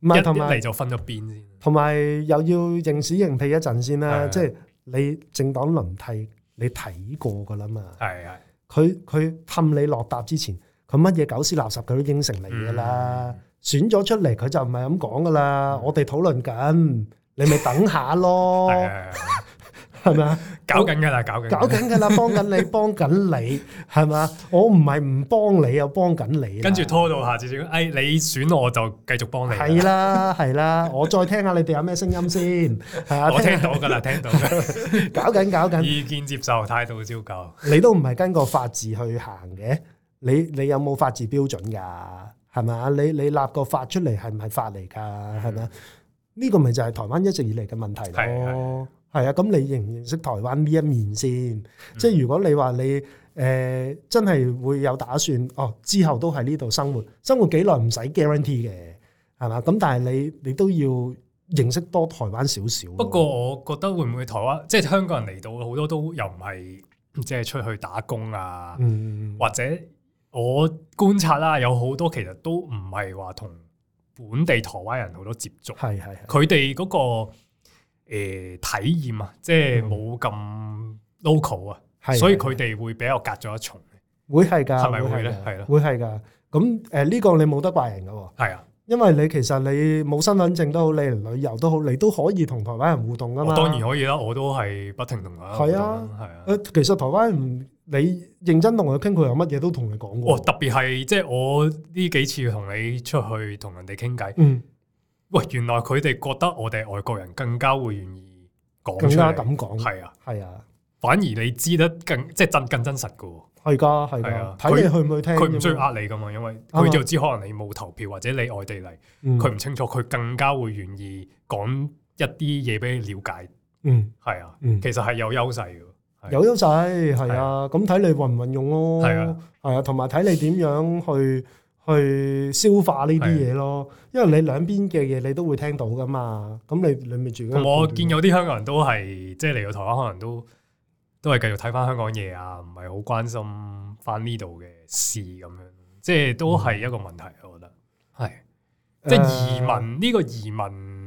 S1: 唔
S2: 一
S1: 係
S2: 一
S1: 同
S2: 嚟
S1: 埋
S2: 就分咗邊先。
S1: 同埋又要認屎認屁一陣先啦，
S2: 係
S1: 即係你政黨輪替你睇過噶啦嘛。
S2: 係係
S1: 佢佢氹你落搭之前，佢乜嘢狗屎垃圾佢都應承你噶啦。
S2: 嗯
S1: 選咗出嚟佢就唔係咁講噶啦。我哋討論緊，你咪等下咯，
S2: 係啊係係
S1: 係咪啊？
S2: 搞緊㗎啦，搞
S1: 哦
S2: 緊㗎啦
S1: 搞緊噶啦，幫緊你，幫緊你，係咪啊？我唔係唔幫你，又幫緊你啦。
S2: 跟住拖到下次選，哎，你選我就繼續幫你啦。
S1: 係啊啦係啦，我再聽下你哋有咩聲音先，係啊？
S2: 我
S1: 聽
S2: 聽到 㗎啦，聽到㗎
S1: 搞緊搞緊，
S2: 意見接受，態度照舊。
S1: 你都唔係跟個法治去行嘅，你你有冇法治標準㗎？係咪啊？你你立個法出嚟係唔係法嚟㗎？係咪啊？呢、個咪就係台灣一直以嚟嘅問題
S2: 嗯係嗯
S1: 咯。係啊，咁你認唔認識台灣呢一面先？即係如果你話你誒、呃真係會有打算，哦之後都喺呢度生活，生活幾耐唔使 guarantee 嘅，係嘛？咁但係你你都要認識多台灣少少咯。
S2: 不過我覺得會唔會台灣即係香港人嚟到好多都又唔係即係出去打工啊？
S1: 嗯，嗯，
S2: 或者我觀察啦，有好多其實都唔係話同本地台灣人好多接觸
S1: 嗯，係係係，
S2: 佢哋嗰個誒、體驗啊，即係冇咁 local 啊，
S1: 嗯係
S2: 所
S1: 係
S2: 以佢哋會比較隔咗一重。
S1: 會係㗎，
S2: 係咪會
S1: 係
S2: 咧
S1: 㗎
S2: 係咯
S1: 會係㗎。咁誒呢個你冇得怪人㗎喎，
S2: 係啊，
S1: 因為你其實你冇身份證都好，你嚟旅遊都好，你都可以同台灣人互動噶嘛。
S2: 我當然可以啦，我都係不停同佢
S1: 啊係啊，
S2: 係啊。
S1: 誒，其實台灣人你認真同佢傾，佢有乜嘢都同你講
S2: 哦，
S1: 過。
S2: 特別係即係我呢幾次同你出去同人哋傾偈，
S1: 嗯，
S2: 喂，原來佢哋覺得我哋外國人更加會願意講
S1: 更
S2: 出
S1: 加
S2: 嚟，
S1: 敢講。
S2: 係啊，
S1: 係啊，
S2: 反而你知得更即係真更真實噶喎。
S1: 係㗎，係
S2: 係啊
S1: 㗎，睇你去唔去聽啫嘛。
S2: 佢唔需要呃你噶嘛，因為
S1: 啱啊
S2: 佢就知可能你冇投票或者你外地嚟，
S1: 嗯，
S2: 佢唔清楚，佢更加會願意講一啲嘢俾你了解。
S1: 嗯
S2: 係啊，
S1: 嗯
S2: 其實係有優勢嘅。係
S1: 有優勢係
S2: 係
S1: 啊，咁睇你運唔運用咯，
S2: 係啊，
S1: 係啊，同埋睇你點樣去去消化呢啲嘢咯，
S2: 啊
S1: 因為你兩邊嘅嘢你都會聽到噶嘛，咁啊嗯你你咪住
S2: 同我見有啲香港人都係即係嚟到台灣，可能都都係繼續睇翻香港嘢啊，唔係好關心翻呢度嘅事咁樣，即係都
S1: 嗯
S2: 係一個問題，我覺得係即
S1: 啊
S2: 係移民呢個移民。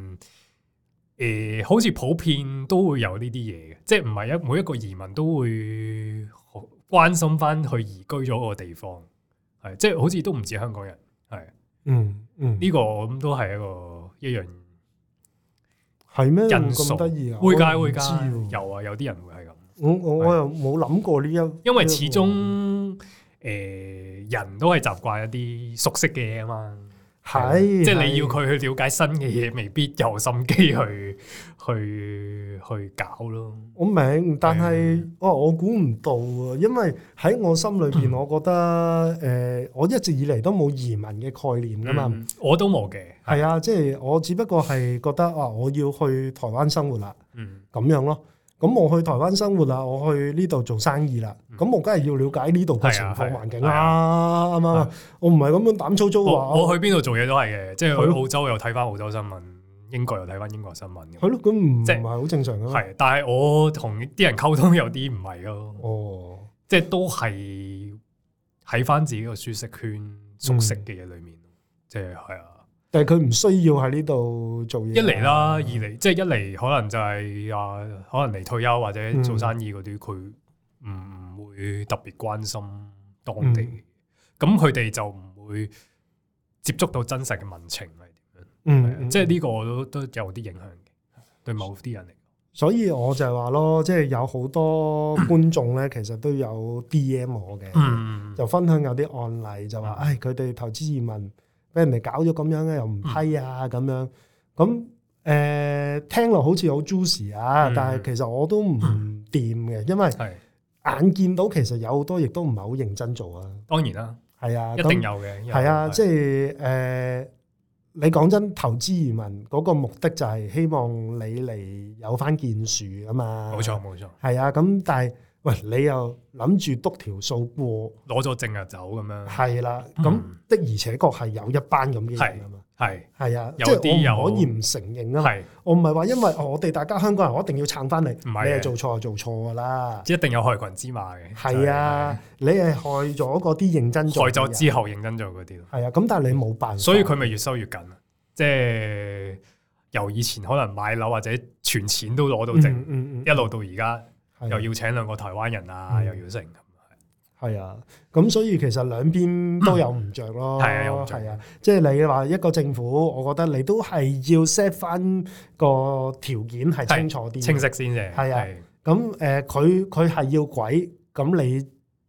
S2: 誒、好似普遍都會有呢啲嘢嘅，即係唔係一每一個移民都會好關心翻去移居咗個地方，係即係好似都唔止香港人，係
S1: 嗯嗯
S2: 呢、個我諗都係一個一樣
S1: 係咩
S2: 人數
S1: 咁得意啊？
S2: 會
S1: 我
S2: 㗎
S1: 唔
S2: 會
S1: 知
S2: 㗎，
S1: 喎
S2: 有啊啊有啲人會係咁，
S1: 我我我又冇諗過呢一，
S2: 因為始終誒、人都係習慣一啲熟悉嘅嘢啊嘛，
S1: 係
S2: 即係你要佢去了解新嘅嘢，未必有心機去去去搞咯，
S1: 我明，但係
S2: 係啊
S1: 哇，我估唔到啊！因為喺我心裏 邊，我覺得誒、呃我一直以嚟都冇移民嘅概念噶啊嘛。
S2: 嗯我都冇嘅，
S1: 係啊，即係我只不過係覺得啊，我要去台灣生活啦，
S2: 嗯
S1: 咁樣咯。咁我去台灣生活啦，我去呢度做生意啦，
S2: 嗯
S1: 咁我梗係要了解呢度嘅情
S2: 係
S1: 況
S2: 啊係啊
S1: 環境啦，啱唔啱啊
S2: 係？
S1: 我唔係咁樣膽粗粗話，
S2: 我我去邊度做嘢都係嘅，即係
S1: 係
S2: 去
S1: 咯
S2: 澳洲又睇翻澳洲新聞，英國又睇翻英國新聞
S1: 係
S2: 咁。
S1: 咯，咁唔
S2: 即
S1: 係
S2: 係
S1: 好正常噶啊嘛？
S2: 係，但係我同啲人溝通有啲唔係咯，
S1: 哦，
S2: 即係都係喺翻自己個舒適圈熟
S1: 嗯
S2: 悉嘅嘢裏面，即係係啊。
S1: 但係佢唔需要喺呢度做嘢。
S2: 一嚟啦，二嚟即係一嚟可能就係、啊，可能嚟退休或
S1: 嗯
S2: 者做生意嗰啲，佢唔會特別關心當地
S1: 嗯，
S2: 咁佢哋就唔會接觸到真實嘅民情係點樣。係
S1: 嗯，
S2: 啊
S1: 嗯，
S2: 即係呢個我都都有啲影響嘅，對某啲人嚟講。
S1: 所以我就係話咯，即係有好多觀眾咧，其實都有 D.M 我嘅，
S2: 嗯，
S1: 就分享有啲案例就話，
S2: 嗯
S1: 唉，佢哋投資移民俾人哋搞咗咁樣咧，又唔批啊咁樣，咁誒、呃、聽落好似好 juicy 啊，
S2: 嗯
S1: 但係其實我都唔掂嘅，因為
S2: 係
S1: 眼見到其實有好多亦都唔係好認真做啊，
S2: 當然啦，
S1: 係啊，
S2: 一定有嘅。有
S1: 係啊，
S2: 係
S1: 即係誒、呃你講真，投資移民嗰個目的就係希望你嚟有翻建樹啊嘛。
S2: 冇錯。冇錯，
S1: 係啊，咁但係喂，你又諗住督條數過，
S2: 攞咗證就走咁樣，
S1: 係啦、咁、
S2: 嗯
S1: 的而且確係有一班咁嘅人啊嘛。
S2: 係
S1: 係啊，
S2: 有
S1: 即係
S2: 啲
S1: 我唔可以
S2: 有
S1: 唔承認啊嘛。
S2: 係
S1: 我唔係話因為哦我哋大家香港人，我一定要撐翻你。你
S2: 係嘅
S1: 係做錯就做錯㗎啦。
S2: 一定有害群之馬嘅。
S1: 係啊，你係害咗嗰啲認真
S2: 就
S1: 做
S2: 係，害
S1: 嘅
S2: 咗
S1: 人
S2: 之後認真做嗰啲咯，
S1: 係啊，咁但係你冇辦法。
S2: 所以佢咪越收越緊啊！即係由以前可能買樓或者存錢都攞到
S1: 嗯
S2: 證，
S1: 嗯嗯嗯
S2: 一路到而家
S1: 係
S2: 又要請兩個台灣人啊，
S1: 嗯
S2: 又要成咁。
S1: 係啊，咁所以其實兩邊都有唔着咯，
S2: 係啊有唔着
S1: 係啊，即係你話一個政府，我覺得你都係要 set 翻個條件係清楚啲，
S2: 清晰。先嘅，
S1: 係啊咁誒，佢佢係要鬼，咁你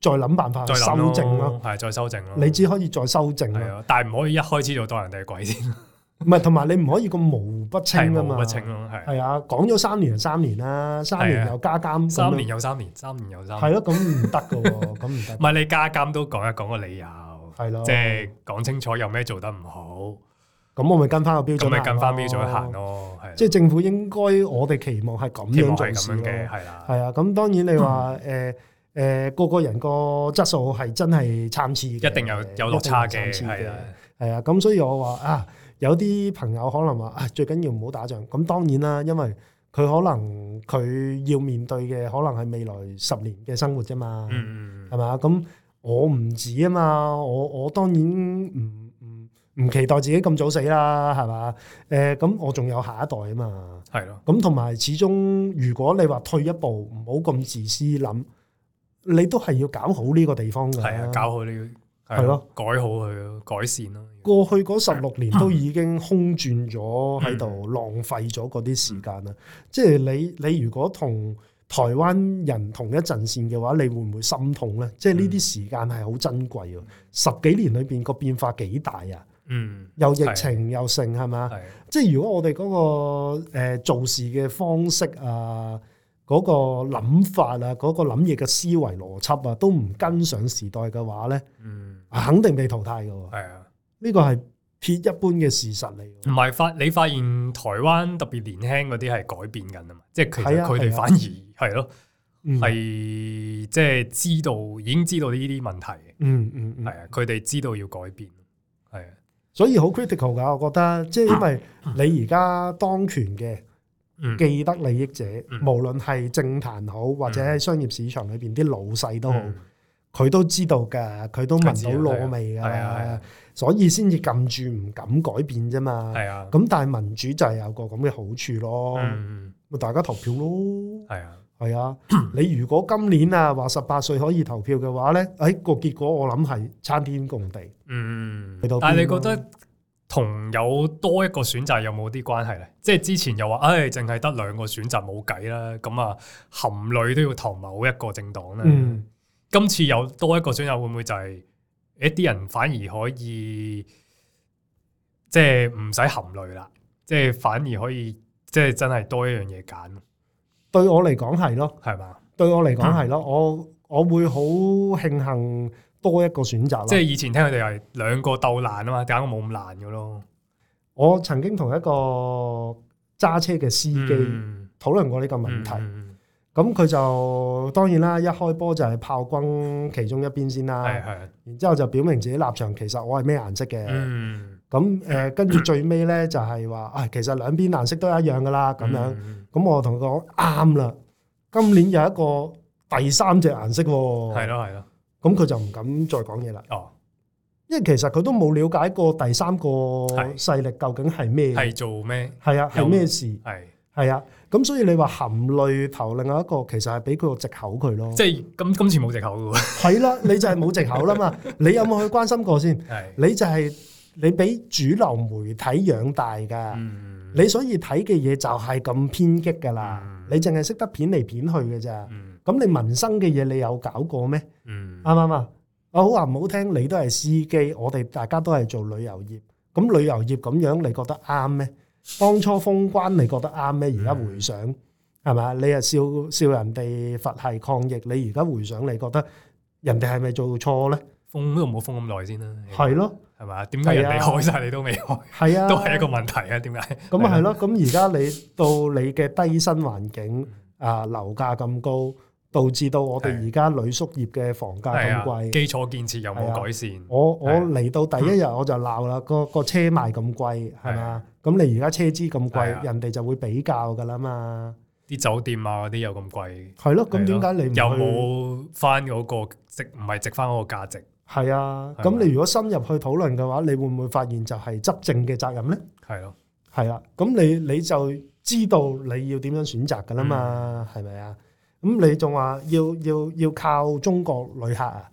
S1: 再諗辦法
S2: 係，再
S1: 去
S2: 諗
S1: 修正咯。，
S2: 係再修正咯。
S1: 你只可以再修正
S2: 係
S1: 咯，
S2: 啊，但係唔可以一開始就當人哋係鬼先，
S1: 唔係同埋你唔可以咁模糊不清
S2: 係
S1: 㗎
S2: 冇
S1: 嘛。
S2: 不清咯，係
S1: 係啊，講咗三年就三年啦，三
S2: 係
S1: 年
S2: 啊
S1: 又加監咁樣，
S2: 三年有三年，三年有三
S1: 係
S2: 年，
S1: 咯，咁唔得㗎喎，咁 唔得
S2: 唔，係你加監都講一講個理由，
S1: 係咯。
S2: 即係講清楚有咩做得唔好，
S1: 咁，我咪跟翻個標準
S2: 咁
S1: 行咯，
S2: 咪跟翻標準行咯，係
S1: 即係政府應該我哋期望係咁
S2: 期
S1: 樣
S2: 望
S1: 做
S2: 係咁
S1: 事
S2: 樣
S1: 咯。
S2: 嘅，係啦，
S1: 係啊，咁當然 你話誒誒個個人個質素係真係參差嘅，
S2: 一定有有落差嘅，
S1: 一定有參
S2: 係
S1: 差
S2: 啦，
S1: 嘅係啊，咁所以我話啊，有啲朋友可能話啊，最緊要唔好打仗。咁當然啦，因為佢可能佢要面對嘅可能係未來十年嘅生活啫嘛，
S2: 嗯嗯
S1: 係嘛？咁我唔止啊嘛，我我當然唔唔唔期待自己咁早死啦，係嘛？誒、咁我仲有下一代啊嘛。
S2: 係咯，
S1: 咁同埋始終，如果你話退一步，唔好咁自私諗，你都係要搞好呢個地方㗎。啊
S2: 係啊，搞好呢係
S1: 咯，
S2: 改好佢咯，改善咯。
S1: 過去嗰十六年都已經空轉咗喺度，浪費咗嗰啲時間啦。即係你你如果同台灣人同一陣線嘅話，你會唔會心痛呢？即係呢啲時間係好珍貴喎。十幾年裏邊個變化幾大啊！
S2: 嗯，
S1: 又疫情又盛係嘛？
S2: 係
S1: 即係如果我哋嗰、個、呃、做事嘅方式啊，嗰、個諗法啊，嗰、個諗嘢嘅思維邏輯啊，都唔跟上時代嘅話咧，
S2: 嗯
S1: 肯定被淘汰嘅喎。
S2: 係啊。
S1: 呢個係撇一般嘅事實嚟
S2: 唔
S1: 嘅。
S2: 係發你發現台灣特別年輕嗰啲係改變緊啊嘛，即係其
S1: 係
S2: 實
S1: 啊
S2: 佢哋
S1: 係啊
S2: 反而係咯，
S1: 嗯
S2: 係即係知道已經知道呢啲問題嘅，
S1: 嗯嗯嗯，
S2: 係啊，佢哋知道要改變，係啊，
S1: 所以好 critical 㗎，我覺得，即係因為你而家當權嘅
S2: 嗯
S1: 既得利益者，
S2: 嗯
S1: 無論係政壇好，或者喺商業市場裏邊啲老細都好，
S2: 嗯
S1: 佢都知道㗎，佢都聞
S2: 佢知
S1: 到
S2: 啊
S1: 燶味㗎
S2: 係啊係
S1: 啦
S2: 啊。
S1: 所以先至撳住唔敢改變啫嘛。
S2: 係啊，
S1: 咁但係民主就係有個咁嘅好處咯，咪、
S2: 嗯
S1: 大家投票咯，
S2: 係啊，
S1: 係啊。你如果今年啊話十八歲可以投票嘅話呢，誒、哎個結果我諗係參天共地。
S2: 嗯
S1: 去到，邊
S2: 但係你覺
S1: 啊
S2: 得同有多一個選擇有冇啲關係咧？即係之前又話，唉，淨係得兩個選擇冇計啦，咁啊含淚都要投某一個政黨咧。
S1: 嗯，
S2: 今次有多一個選擇，會唔會就係一啲人反而可以即係唔使含淚啦，即係反而可以即係真係多一樣嘢揀，
S1: 對我嚟講係咯，
S2: 係嘛？
S1: 對我嚟講
S2: 啊
S1: 係咯，我我會好慶幸多一個選擇咯。
S2: 即係以前聽佢哋係兩個鬥難啊嘛，揀個冇咁難嘅咯。
S1: 我曾經同一個揸車嘅司機
S2: 嗯
S1: 討論過呢個問題。
S2: 嗯
S1: 咁佢就當然啦，一開波就係炮轟其中一邊先啦。
S2: 係啊係，
S1: 然之後就表明自己立場，其實我係咩顏色嘅。
S2: 嗯，
S1: 咁誒，跟住最尾咧就係話，啊，其實兩邊顏色都一樣噶啦，咁樣。
S2: 嗯，
S1: 咁我同佢講啱啦，今年有一個第三隻顏色喎。
S2: 嗯係。咯係咯，
S1: 咁佢就唔敢再講嘢啦，
S2: 哦，
S1: 因為其實佢都冇了解過第三個
S2: 係
S1: 勢力究竟係咩，
S2: 係做咩？
S1: 係啊，係
S2: 有
S1: 咩事，
S2: 係
S1: 係啊。咁所以你話含淚投另外一個，其實係俾佢個藉口佢咯。
S2: 即係今今次冇藉口嘅喎，
S1: 係啦，你就係冇藉口 啦嘛。你有冇去關心過先？
S2: 係，
S1: 你就係你俾主流媒體養大㗎，
S2: 嗯
S1: 你所以睇嘅嘢就係咁偏激㗎啦。
S2: 嗯
S1: 你淨係識得片嚟片去嘅咋。
S2: 嗯
S1: 咁你民生嘅嘢你有搞過咩？
S2: 嗯
S1: 啱唔啱啊？我好話唔好聽，你都係司機，我哋大家都係做旅遊業。咁旅遊業咁樣，你覺得啱咩？當初封關你覺得啱咩？而家回想係咪啊？你又笑笑人哋佛系抗疫，你而家回想你覺得人哋係咪做錯呢？
S2: 封都冇封咁耐先啦，
S1: 係咯，
S2: 係嘛？點解人哋
S1: 係啊
S2: 開晒你都未開？
S1: 係啊，
S2: 都係一個問題啊？點解？
S1: 咁啊係咯，咁而家你到你嘅低薪環境啊，樓價咁高，導致到我哋而家旅宿業嘅房價
S2: 係
S1: 咁
S2: 啊，
S1: 貴。
S2: 基礎建設有冇改善？
S1: 我我
S2: 係啊
S1: 嚟到第一日我就鬧啦，個個車賣咁貴係
S2: 係
S1: 嘛
S2: 啊？
S1: 咁你而家車資咁
S2: 係啊
S1: 貴，人哋就會比較㗎啦嘛。
S2: 啲酒店啊嗰啲又咁貴，
S1: 係咯，咁
S2: 係
S1: 點
S2: 咯
S1: 解你唔
S2: 有
S1: 去？
S2: 冇翻嗰個值？唔係值翻嗰個價值？
S1: 係啊，
S2: 係
S1: 咁
S2: 嘛
S1: 你如果深入去討論嘅話，你會唔會發現就係執政嘅責任呢？
S2: 係咯，
S1: 係啦，咁你你就知道你要點樣選擇噶啦
S2: 嗯
S1: 嘛，係咪啊？咁你仲話要要要靠中國旅客啊？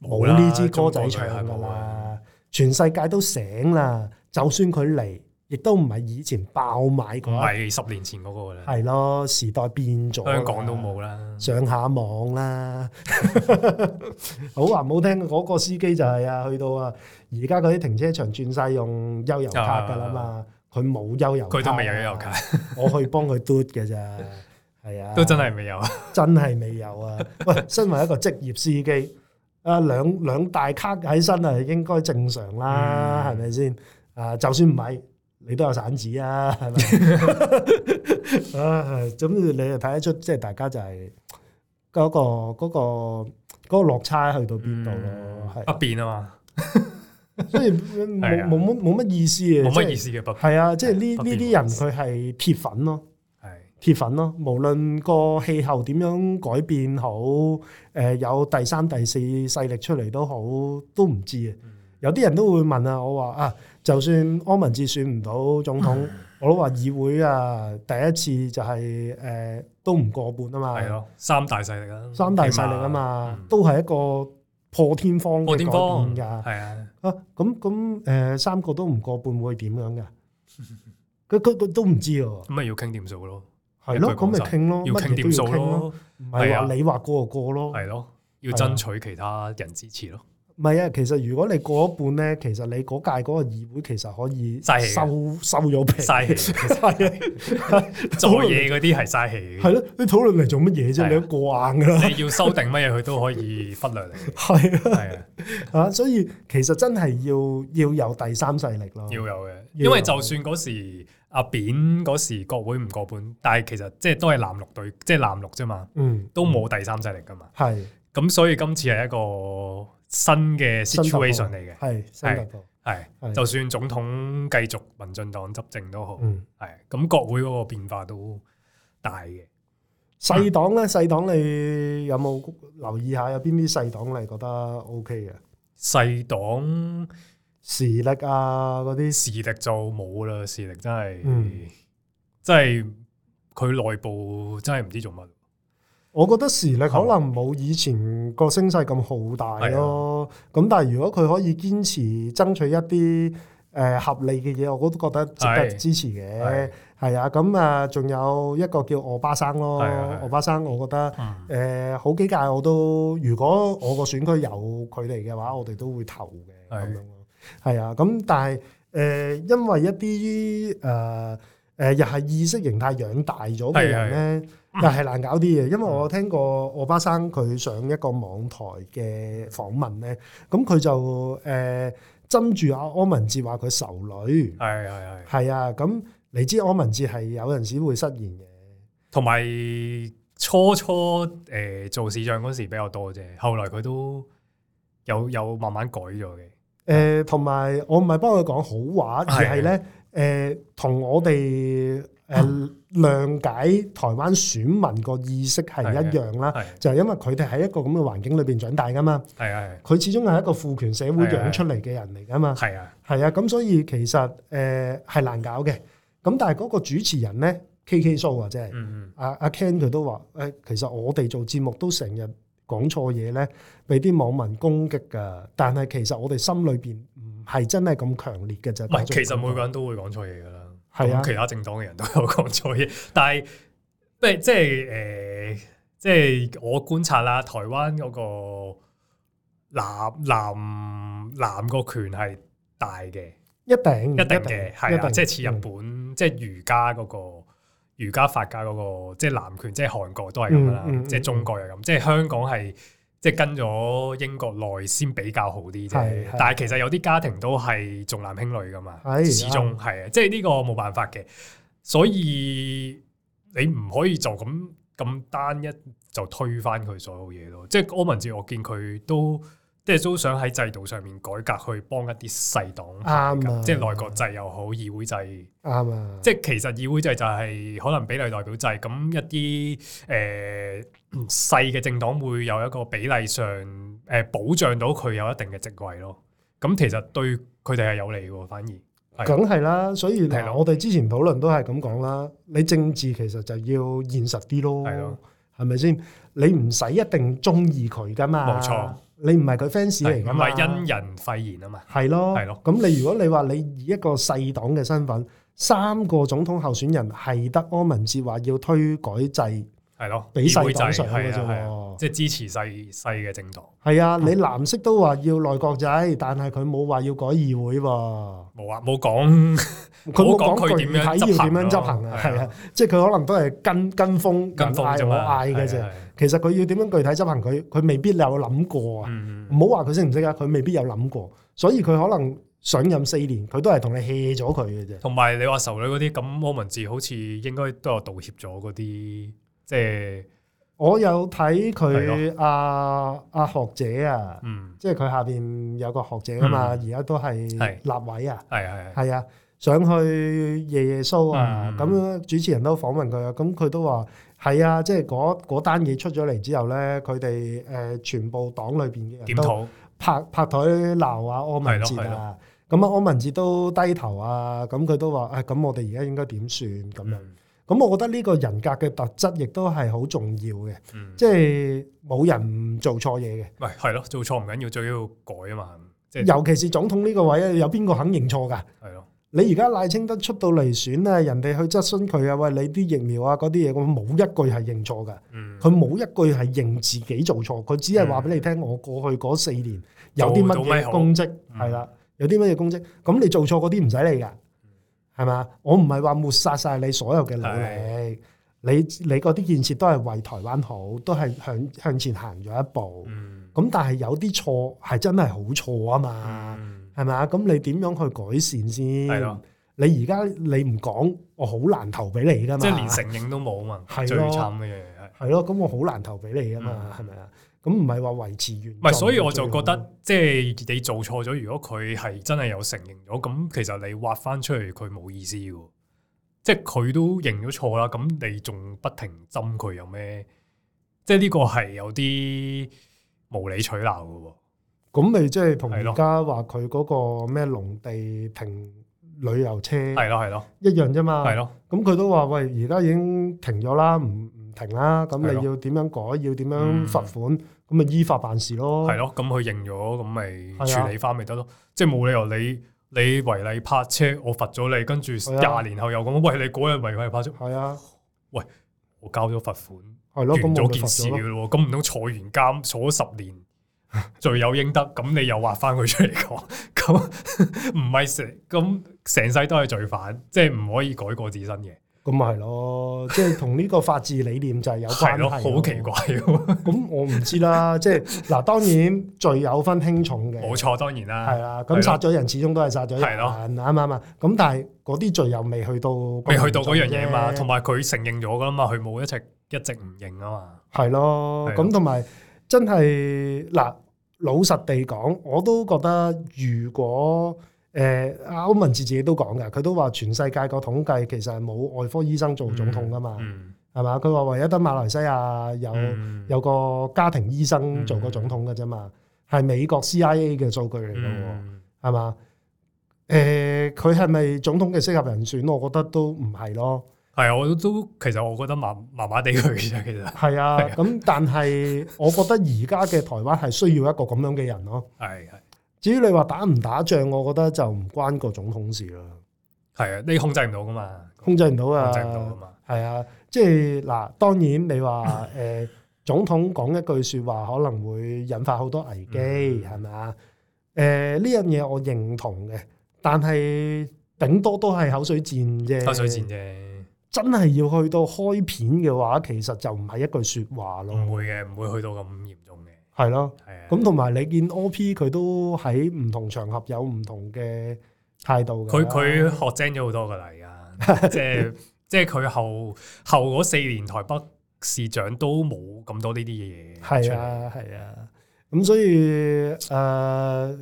S1: 冇
S2: 啦
S1: 呢支歌仔唱噶
S2: 中國旅客冇啊
S1: 啦，全世界都醒啦。就算佢嚟，亦都唔係以前爆買
S2: 唔
S1: 嗰一
S2: 係十年前嗰個啦，
S1: 係咯，時代變咗啦，
S2: 香港都冇啦。
S1: 上下網啦。 好話唔好聽，嗰、個司機就係啊，去到啊，而家嗰啲停車場轉晒用悠遊卡㗎啦嘛，佢冇悠遊卡，
S2: 哦佢都未有悠遊卡，
S1: 我去幫佢嘟嘅咋，係啊，
S2: 都真係未有。
S1: 真係未有啊！ 喂，身為一個職業司機，啊兩兩大卡喺身啊，應該正常啦，係
S2: 嗯
S1: 咪先？啊，就算唔係，你都有散紙啊，係咪？ 啊，咁你就睇得出，即係大家就係嗰、個嗰、個嗰、個落差去到邊度咯，嗯係、
S2: 嗯不變啊嘛，
S1: 所以
S2: 係
S1: 冇
S2: 啊
S1: 冇乜冇乜意思嘅，
S2: 冇乜
S1: 即
S2: 意
S1: 係
S2: 思嘅不變
S1: 係啊，即係呢
S2: 不
S1: 呢
S2: 變
S1: 啲人佢係鐵粉咯。
S2: 係
S1: 鐵粉咯，無論個氣候點樣改變好，誒、有第三、第四勢力出嚟都好，都唔知啊。
S2: 嗯
S1: 有啲人都會問啊，我話啊，就算柯文哲選唔到總 統，我都話議會啊，第一次就係、誒、都唔過半啊
S2: 係
S1: 嘛，
S2: 咯，三大勢力啦，
S1: 三大勢力啊嘛，
S2: 嗯
S1: 都係一個破天荒
S2: 破
S1: 嘅
S2: 天
S1: 改
S2: 荒
S1: 變㗎。
S2: 係啊，
S1: 啊，咁咁誒三個都唔過半會點樣㗎？佢佢佢都唔知 喎，
S2: 咁咪要傾點數咯，
S1: 係
S2: 一
S1: 咯，
S2: 句
S1: 咁
S2: 講
S1: 咪
S2: 晒
S1: 傾咯，
S2: 要
S1: 乜
S2: 傾
S1: 嘢都
S2: 點數
S1: 要傾咯，
S2: 咯，
S1: 唔
S2: 係
S1: 係
S2: 啊
S1: 話你話過就過咯。
S2: 係咯，要
S1: 係啊
S2: 爭取其他人支持 咯，
S1: 唔係啊，其實如果你過一半咧，其實你嗰屆嗰個議會其實可以
S2: 嘥氣嘅
S1: 收收咗皮，
S2: 嘥氣其實
S1: 嘥氣
S2: 做嘢嗰啲係嘥氣
S1: 係
S2: 嘅，
S1: 咯，你討論嚟做乜嘢
S2: 係啊
S1: 啫？你都過硬㗎啦，
S2: 你要修訂乜嘢佢都可以忽略你，
S1: 係啊
S2: 係啊。
S1: 啊，所以其實真係要要有第三勢力咯，
S2: 要有嘅，
S1: 有
S2: 因為就算嗰時阿扁嗰時國會唔過半，但係其實即係都係藍綠對，即係藍綠啫嘛，
S1: 嗯，
S2: 都冇第三勢力噶嘛。
S1: 係
S2: 咁所以今次係一個新嘅
S1: 新突破
S2: situation 嚟嘅，
S1: 係新突破，
S2: 係
S1: 係
S2: 就算總統繼續民進黨執政都好，
S1: 嗯，
S2: 係咁國會嗰個變化都大嘅。
S1: 細黨咧，細黨你有冇留意下有邊啲細黨你覺得 O K 嘅
S2: 細黨
S1: 時力啊嗰啲，
S2: 視力就冇啦，視力真係，
S1: 嗯
S2: 真係佢內部真係唔知做乜。
S1: 我覺得時力可能冇以前個聲勢咁浩大咯。
S2: 啊
S1: 咁但係如果佢可以堅持爭取一啲誒、呃合理嘅嘢，我都覺得值得
S2: 係
S1: 支持
S2: 係
S1: 嘅。係啊，咁啊，仲有一個叫俄巴生咯
S2: 係啊係啊，
S1: 俄巴生我覺得。
S2: 嗯
S1: 誒、好幾屆我都，如果我個選區有佢哋嘅話，我哋都會投嘅
S2: 係
S1: 咁樣咯。係啊，咁但係誒、因為一啲誒誒又係意識形態養大咗嘅人咧，又係難搞啲嘅。因為我聽過我巴生佢上一個網台嘅訪問咧，咁佢就誒、針住阿柯文哲話佢仇女，
S2: 係係係。
S1: 係啊，咁你知柯文哲係有陣時會失言嘅。
S2: 同埋初初誒、呃做市長嗰時比較多啫，後來佢都有有慢慢改咗嘅，
S1: 誒呃同埋我唔係幫佢講好話，而係咧誒同我哋 誒諒解台灣選民個意識係一樣啦，
S2: 係
S1: 就係因為佢哋喺一個咁嘅環境裏邊長大噶嘛，
S2: 係啊
S1: 佢始終係一個父權社會
S2: 係係
S1: 養出嚟嘅人嚟噶嘛，
S2: 係啊，
S1: 係啊，咁所以其實誒係難搞嘅，咁但係嗰個主持人咧 K K 蘇啊，即係
S2: 嗯
S1: 阿阿 Ken 佢都話誒，其實我哋做節目都成日講錯嘢咧，俾啲網民攻擊㗎。但係其實我哋心裏邊唔係真係咁強烈嘅啫。
S2: 嗯，唔係其實每個人都會講錯嘢噶啦，
S1: 係啊
S2: 咁其他政黨嘅人都有講錯嘢， 但係即係即係誒，即係我觀察啦，台灣嗰個男男男個權係大嘅。
S1: 一定嗯
S2: 一定嘅，係啊，即係似日
S1: 本。
S2: 本，即係儒家嗰個儒家法家嗰個，即係男權，即係韓國都係咁啦
S1: 嗯嗯，嗯
S2: 即係中國又咁，即係香港係即係跟咗英國內先比較好啲啫
S1: 係係。
S2: 但係其實有啲家庭都係重男輕女㗎嘛，
S1: 係
S2: 始終係啊，即係呢個冇辦法嘅，所以你唔可以就咁咁單一就推翻佢所有嘢咯。即係柯文哲，我見佢都。即係都想喺制度上面改革，去幫一啲細黨
S1: 啱啊
S2: 即係內閣制又好，議會制，
S1: 啱啊！
S2: 即係其實議會制就係可能比例代表制，咁一啲誒細嘅政黨會有一個比例上誒、呃保障到佢有一定嘅職位咯。咁其實對佢哋係有利嘅，反而係
S1: 梗係啦，所以
S2: 係咯
S1: 嗱，我哋之前討論都係咁講啦。你政治其實就要現實啲
S2: 係咯
S1: 咯，係咪先？你唔使一定中意佢噶嘛，
S2: 冇錯。
S1: 你唔係啊佢 fans
S2: 係
S1: 嚟噶
S2: 唔
S1: 嘛，
S2: 係因人肺炎啊嘛？
S1: 係咯，
S2: 係咯
S1: 咁你如果你話你以一個細黨嘅身份，三個總統候選人係得柯文哲話要推改制，
S2: 係咯，
S1: 俾
S2: 議
S1: 細
S2: 會制
S1: 黨上
S2: 係
S1: 嘅啫
S2: 啊係啊，
S1: 喎。
S2: 即係支持細細嘅政黨
S1: 係啊，你藍色都話要內閣制，但係佢冇話要改議會喎。
S2: 冇啊，冇講
S1: 佢冇
S2: 冇講佢
S1: 講具
S2: 點
S1: 體
S2: 樣
S1: 要
S2: 執行
S1: 點樣
S2: 咯
S1: 執行啊，
S2: 係啊
S1: 係啊，即係佢可能都係跟跟風
S2: 跟風啫
S1: 人嗌我
S2: 嘛，
S1: 嗌嘅
S2: 係啊
S1: 啫。
S2: 係啊
S1: 其實佢要點樣具體執行，佢佢未必有諗過啊。
S2: 嗯嗯
S1: 唔好話佢識唔識啊，佢未必有諗過，所以佢可能上任四年，佢都係同你 hea 咗佢嘅啫。
S2: 同埋你話仇女嗰啲，咁柯文哲好似應該都有道歉咗嗰啲，即係
S1: 我有睇
S2: 係
S1: 佢阿阿學者啊，
S2: 嗯
S1: 即係佢下邊有個學者啊嘛，而家都係立委啊，
S2: 係係嗯係
S1: 係啊，上去夜夜 show 啊
S2: 嗯，
S1: 咁、主持人都訪問佢啊，咁佢都話係啊，即係嗰嗰單嘢出咗嚟之後咧，佢哋誒全部黨裏邊嘅人
S2: 檢
S1: 都
S2: 討
S1: 拍拍台鬧啊柯文哲
S2: 係咯係
S1: 啊，咁啊柯文哲都低頭啊，咁佢都話啊，咁我哋而家應該點算咁樣？咁
S2: 嗯
S1: 咁我覺得呢個人格嘅特質亦都係好重要嘅，
S2: 嗯，
S1: 即係冇人唔做錯嘢嘅。
S2: 喂，係咯，做錯唔緊要，最緊要改啊嘛，即係
S1: 尤其是總統呢個位咧，有邊個肯認錯㗎？
S2: 係咯，
S1: 你而家賴清德出到嚟選啊，人哋去質詢佢啊，喂你啲疫苗啊嗰啲嘢，我冇一句係認錯㗎，
S2: 嗯，
S1: 佢冇一句係認自己做錯，佢只係話俾你聽，我過去嗰四年有啲乜
S2: 做到咩
S1: 嘢
S2: 好
S1: 功績
S2: 嗯
S1: 係啦，有啲乜嘢功績，咁你做錯嗰啲唔使理㗎，係嘛？我唔係話抹殺晒你所有嘅努力，你你嗰啲建設都係為台灣好，都係向向前行咗一步。
S2: 嗯，
S1: 咁但係有啲錯係真係好錯啊嗯嘛，
S2: 嗯，
S1: 係咪啊？咁你點樣去改善先？
S2: 係咯，
S1: 你而家你唔講，我好難投俾你噶嘛。
S2: 即係連承認都冇啊嘛，
S1: 啊係
S2: 最
S1: 咯
S2: 慘嘅嘢係。
S1: 係咯，咁我好難投俾你噶嘛，係咪啊？咁唔係話維持原狀
S2: 嗯唔係，所以我就覺
S1: 最好
S2: 得，即係你做錯咗，如果佢係真係有承認咗，咁其實你挖翻出嚟，佢冇意思嘅喎。即係佢都認咗錯啦，咁你仲不停針佢有咩？即係呢個係有啲無理取鬧嘅喎。
S1: 咁咪即係同
S2: 係
S1: 而
S2: 咯
S1: 家話佢嗰個咩農地停旅遊車
S2: 係咯，係咯，
S1: 一樣啫嘛。
S2: 係咯，
S1: 咁佢都話喂，而家已經停咗啦，唔唔停啦。咁
S2: 係咯
S1: 你要點樣改？要點樣
S2: 嗯
S1: 罰款？咁咪依法辦事咯。
S2: 係咯，咁佢認咗，咁咪
S1: 係啊
S2: 處理翻咪得咯。即係冇理由你你違例泊車，我罰咗你，跟住
S1: 係啊
S2: 廿年後又咁，喂你嗰日違例泊車，
S1: 係啊，
S2: 我交咗罰款。
S1: 係咯。
S2: 完
S1: 咁我咪
S2: 咗件
S1: 罰
S2: 事
S1: 咗咯
S2: 嘅。咯喎，咁唔通坐完監坐咗十年， 罪有應得，咁你又挖翻佢出嚟講， 咁唔係成咁成世都係罪犯，即係唔可以改過自身嘅，
S1: 咁咪係 咯，即係同呢個法治理念就係有關
S2: 係
S1: 係。
S2: 咯，好奇。怪喎，
S1: 咁我唔知 啦，即係嗱，當然罪有分輕重 嘅，
S2: 冇錯，當然
S1: 係啊
S2: 啦，
S1: 啦。
S2: 係
S1: 咁
S2: 咯
S1: 殺咗人始終都係殺咗
S2: 係咯
S1: 人，啱唔啱啊？咁但係嗰啲罪又未去到咁
S2: 未去到
S1: 嚴
S2: 嗰
S1: 重
S2: 樣嘢啊嘛，
S1: 啫
S2: 同埋佢承認咗噶啦嘛，佢冇一直一直唔認啊嘛，
S1: 係咯
S2: 係。咯
S1: 咁同埋真係嗱，老實地講，我都覺得如果誒阿歐文治自己都講㗎，佢都話全世界個統計其實係冇外科醫生做總統㗎嘛，
S2: 嗯，
S1: 係嘛？佢話唯一得馬來西亞有。
S2: 嗯
S1: 有個家庭醫生做過總統嘅啫嘛，係美國 CIA 嘅數據嚟嘅喎，
S2: 嗯
S1: 係嘛？誒，佢係咪總統嘅適合人選？我覺得都唔係咯。
S2: 係啊，我都都其實我覺得麻麻麻地佢嘅啫，其實
S1: 係啊
S2: 係啊，
S1: 咁但 係我覺得而家嘅台灣係需要一個咁樣嘅人咯。
S2: 係係
S1: 至於你話打唔打仗，我覺得就唔關個總統事啦，
S2: 係啊，你控制唔到噶嘛，
S1: 控制唔到啊
S2: 控制唔到噶。嘛，
S1: 係啊，即係嗱，當然你 話誒、呃、總統講一句説話可能會引發好多危機，
S2: 嗯
S1: 係咪啊？誒呢樣嘢我認同嘅，但係頂多都係口水戰啫。
S2: 抽水戰啫。
S1: 真係要去到開片嘅話，其實就唔係一句説話咯，
S2: 唔會嘅，唔會去到咁嚴重嘅，
S1: 係咯。
S2: 係啊。
S1: 咁同埋你見 O.P. 佢都喺唔同場合有唔同嘅態度㗎
S2: 佢
S1: 啦
S2: 佢學精咗好多噶啦，而 家即係即係佢後後嗰四年台北市長都冇咁多呢啲嘢。
S1: 係，啊，係啊，咁所以誒、呃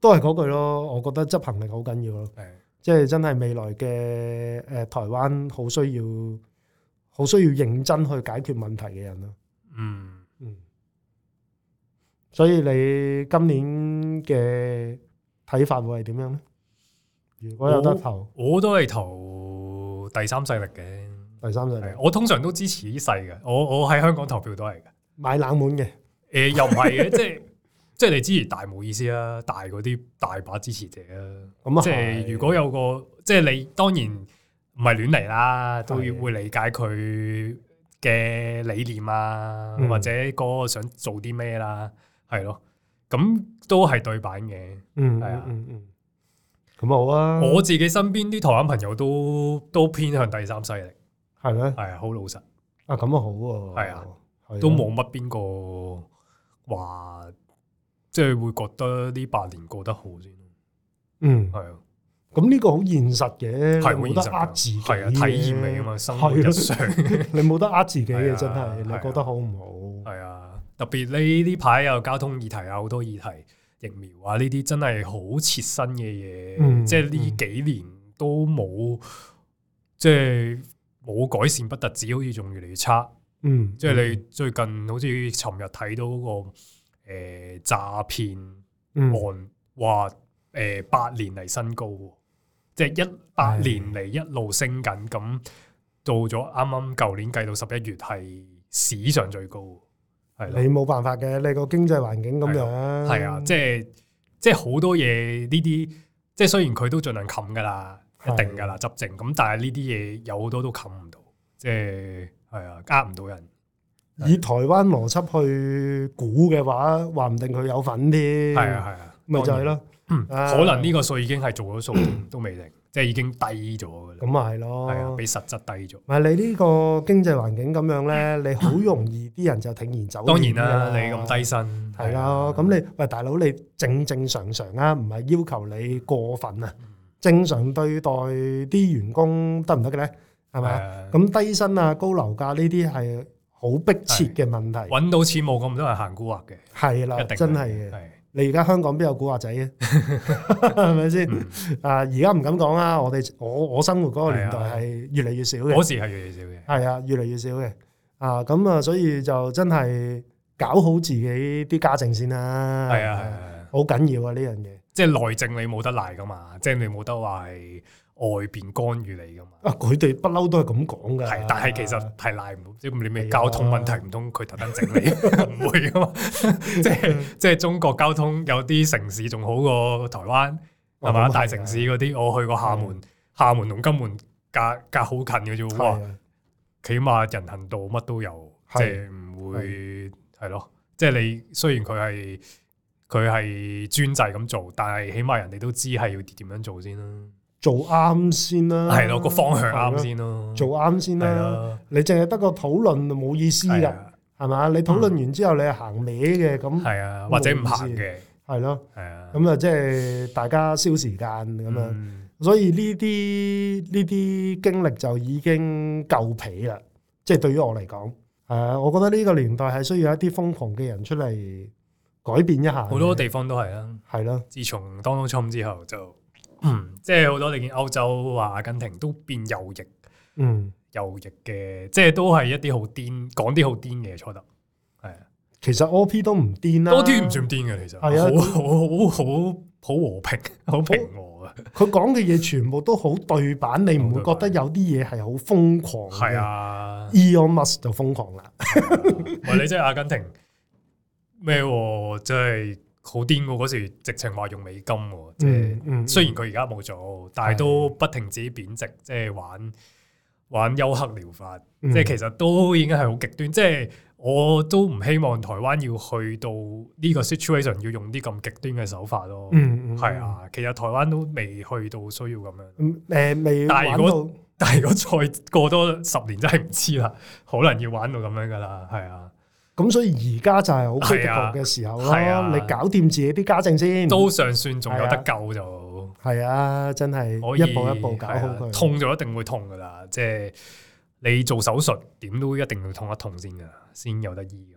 S1: 都係嗰句咯，我覺得執行力好緊要咯，
S2: 係
S1: 即係真係未來嘅誒、呃台灣好需要，好需要認真去解決問題嘅人咯。
S2: 嗯，
S1: 嗯，所以你今年嘅睇法會係點樣咧？如果有得投
S2: 我都係投第三勢力嘅，
S1: 第三勢
S2: 係
S1: 力，
S2: 我通常都支持呢勢嘅，我我喺香港投票都係嘅。
S1: 買冷門嘅，
S2: 誒、又唔係嘅，即係即係你支持大冇意思啊，大嗰啲大把支持者啊。
S1: 咁啊
S2: 即係
S1: 係
S2: 如果有個即係你當然唔係亂嚟啦，都要
S1: 係
S2: 會理解佢嘅理念啊，
S1: 嗯
S2: 或者嗰個想做啲咩啦，係咯。咁都係對版嘅。
S1: 嗯
S2: 係
S1: 嗯
S2: 啊
S1: 嗯嗯，咁好啊，
S2: 我自己身邊啲台灣朋友都都偏向第三勢力，
S1: 係咩？
S2: 係好老實，
S1: 啊咁啊好喎，
S2: 係啊
S1: 係啊，
S2: 都冇乜邊個話即係會覺得呢八年過得好先。
S1: 嗯。
S2: 係啊，
S1: 咁呢個好現實嘅，
S2: 係好
S1: 你冇
S2: 現
S1: 得
S2: 實㗎
S1: 呃自己嘅，
S2: 係啊，體驗嚟噶嘛，生活
S1: 係
S2: 日
S1: 咯
S2: 常。
S1: 你冇得呃自己
S2: 係
S1: 嘅，
S2: 啊
S1: 真係你
S2: 係啊
S1: 覺得好唔好？
S2: 係啊，特別呢呢排有交通議題啊，好多議題疫苗啊呢啲真係好切身嘅嘢，
S1: 嗯
S2: 即係呢幾年都冇，即係冇改善不特止，好似仲越嚟越差。
S1: 嗯，
S2: 即係你最近好似尋日睇到嗰、個誒詐騙
S1: 嗯
S2: 案，話誒八年嚟新高喎，即係一八年嚟一路升緊，咁到咗啱啱舊年計到十一月係史上最高，係啦，
S1: 你冇辦法嘅，你個經濟環境咁樣。
S2: 係
S1: 嗯
S2: 啊，即係即係好多嘢呢啲，即係雖然佢都盡量冚噶啦，一定噶啦執政，咁但係呢啲嘢有好多都冚唔到，即係係啊，呃唔到人，
S1: 以台灣邏輯去估嘅話，話唔定佢有份添。
S2: 係啊，係啊，
S1: 嗯咪就係咯。
S2: 嗯，
S1: 啊
S2: 可能呢個數已經係做咗數添都未定，即係已經低咗噶啦，
S1: 咁咪係
S2: 係啊，
S1: 咯。
S2: 比實質低咗。
S1: 唔係你呢個經濟環境咁樣咧，你好容易啲人就鋌然走險㗎。
S2: 當然啦，你咁低薪
S1: 啊
S2: 啊
S1: 係咯，咁你喂大佬你正正常常啊，唔係要求你過分啊，正常對待啲員工得唔得嘅咧？係咪啊？
S2: 咪
S1: 咁低薪啊、高樓價呢啲係好迫切嘅問題，
S2: 揾到錢冇咁多人行蠱惑嘅，
S1: 係啦
S2: 一，定
S1: 啊真係嘅。
S2: 嘅。
S1: 你而家香港邊有古惑仔啊？ 係咪先？啊，而家唔敢講啦，我哋我我生活嗰個年代
S2: 係啊
S1: 係越嚟越少嘅，
S2: 嗰時係越嚟越少嘅，
S1: 係啊，越嚟越少嘅。啊，咁啊，所以就真係搞好自己啲家政先啦。
S2: 係啊係啊，係啊
S1: 好緊要啊呢樣嘢。
S2: 即係內政你冇得賴噶嘛，即係你冇得話係外邊干預你噶嘛。
S1: 啊，佢哋不嬲都係咁講㗎。
S2: 係，但係 其實係賴唔到，即係你咪
S1: 啊係啊
S2: 交通問題唔通佢特登 整你，唔會噶嘛。即係即係中國交通有啲城市仲好過台灣，
S1: 哦
S2: 係嘛？
S1: 咁係嗯
S2: 大城市嗰啲，我去過廈門，廈門同金門隔隔好近嘅啫喎。
S1: 係
S2: 哇
S1: 啊
S2: 起碼人行道乜都有，
S1: 係
S2: 即係唔會係咯。即係你雖然佢係佢係專制咁做，但係起碼人哋都知係要點樣做先啦。
S1: 做啱先啦。
S2: 係咯，個方向啱
S1: 係
S2: 先咯
S1: 咯。。做啱先
S2: 係
S1: 啦。
S2: 咯，
S1: 你淨係得個討論就冇意思
S2: 係
S1: 㗎，
S2: 啊，
S1: 係嘛？你討論完之後你係行歪嘅咁，
S2: 係啊，或者唔行嘅，
S1: 係咯。
S2: 係啊。
S1: 咁啊，即係大家消時間咁樣。
S2: 嗯
S1: 所以呢啲呢啲經歷就已經夠皮啦。即係對於我嚟講，係啊，我覺得呢個年代係需要一啲瘋狂嘅人出嚟改變一下嘅。
S2: 好多地方都係啦。
S1: 係咯，
S2: 自從 Donald Trump 之後就，嗯，即係好多你見歐洲話阿根廷都變右翼，
S1: 嗯。
S2: 右翼嘅，即係都係一啲好癲，講啲好癲嘅初頭，係啊。
S1: 其實 O.P. 都唔癲啦，
S2: 多啲唔算癲嘅，其實
S1: 係啊
S2: 好好好好好和平，好平和啊，
S1: 佢講嘅嘢全部都好對版，你唔會覺得有啲嘢係好瘋狂嘅。
S2: 係啊，
S1: ，Elon Musk 就瘋狂啦，
S2: 喂，你真係阿根廷咩喎？真係好癲喎！嗰時直情話用美金喎，即
S1: 嗯
S2: 係
S1: 嗯，
S2: 雖然佢而家冇做，但係都不停止貶值，即係玩玩休克療法，
S1: 嗯
S2: 即係其實都已經係好極端，即係。我都唔希望台灣要去到呢個 situation 要用啲咁極端嘅手法咯。
S1: 嗯嗯
S2: 係啊，其實台灣都未去到需要咁樣。
S1: 嗯誒未
S2: 但係
S1: 玩
S2: 如
S1: 到
S2: 果但係如果再過多十年真係唔知啦，可能要玩到咁樣噶啦，係啊，
S1: 咁，所以而家就係好
S2: 係啊
S1: critical 嘅時候咯。
S2: 係啊
S1: 你搞掂自己啲家政先，
S2: 都尚算仲有得救就
S1: 係啊，真係
S2: 可以
S1: 一步一步搞好
S2: 係啊
S1: 佢。
S2: 痛就一定會痛噶啦，即係你做手術點都一定要痛一痛先噶，先有得醫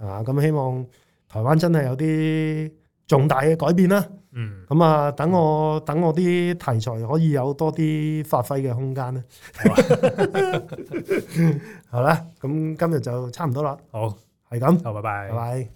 S2: 㗎嘛
S1: 啊，咁希望台灣真係有啲重大嘅改變啦。
S2: 嗯，
S1: 咁啊，等我等我啲題材可以有多啲發揮嘅空間咧。 好啦，咁今日就差唔多啦，
S2: 好，
S1: 係咁，
S2: 好，拜拜
S1: 拜。拜。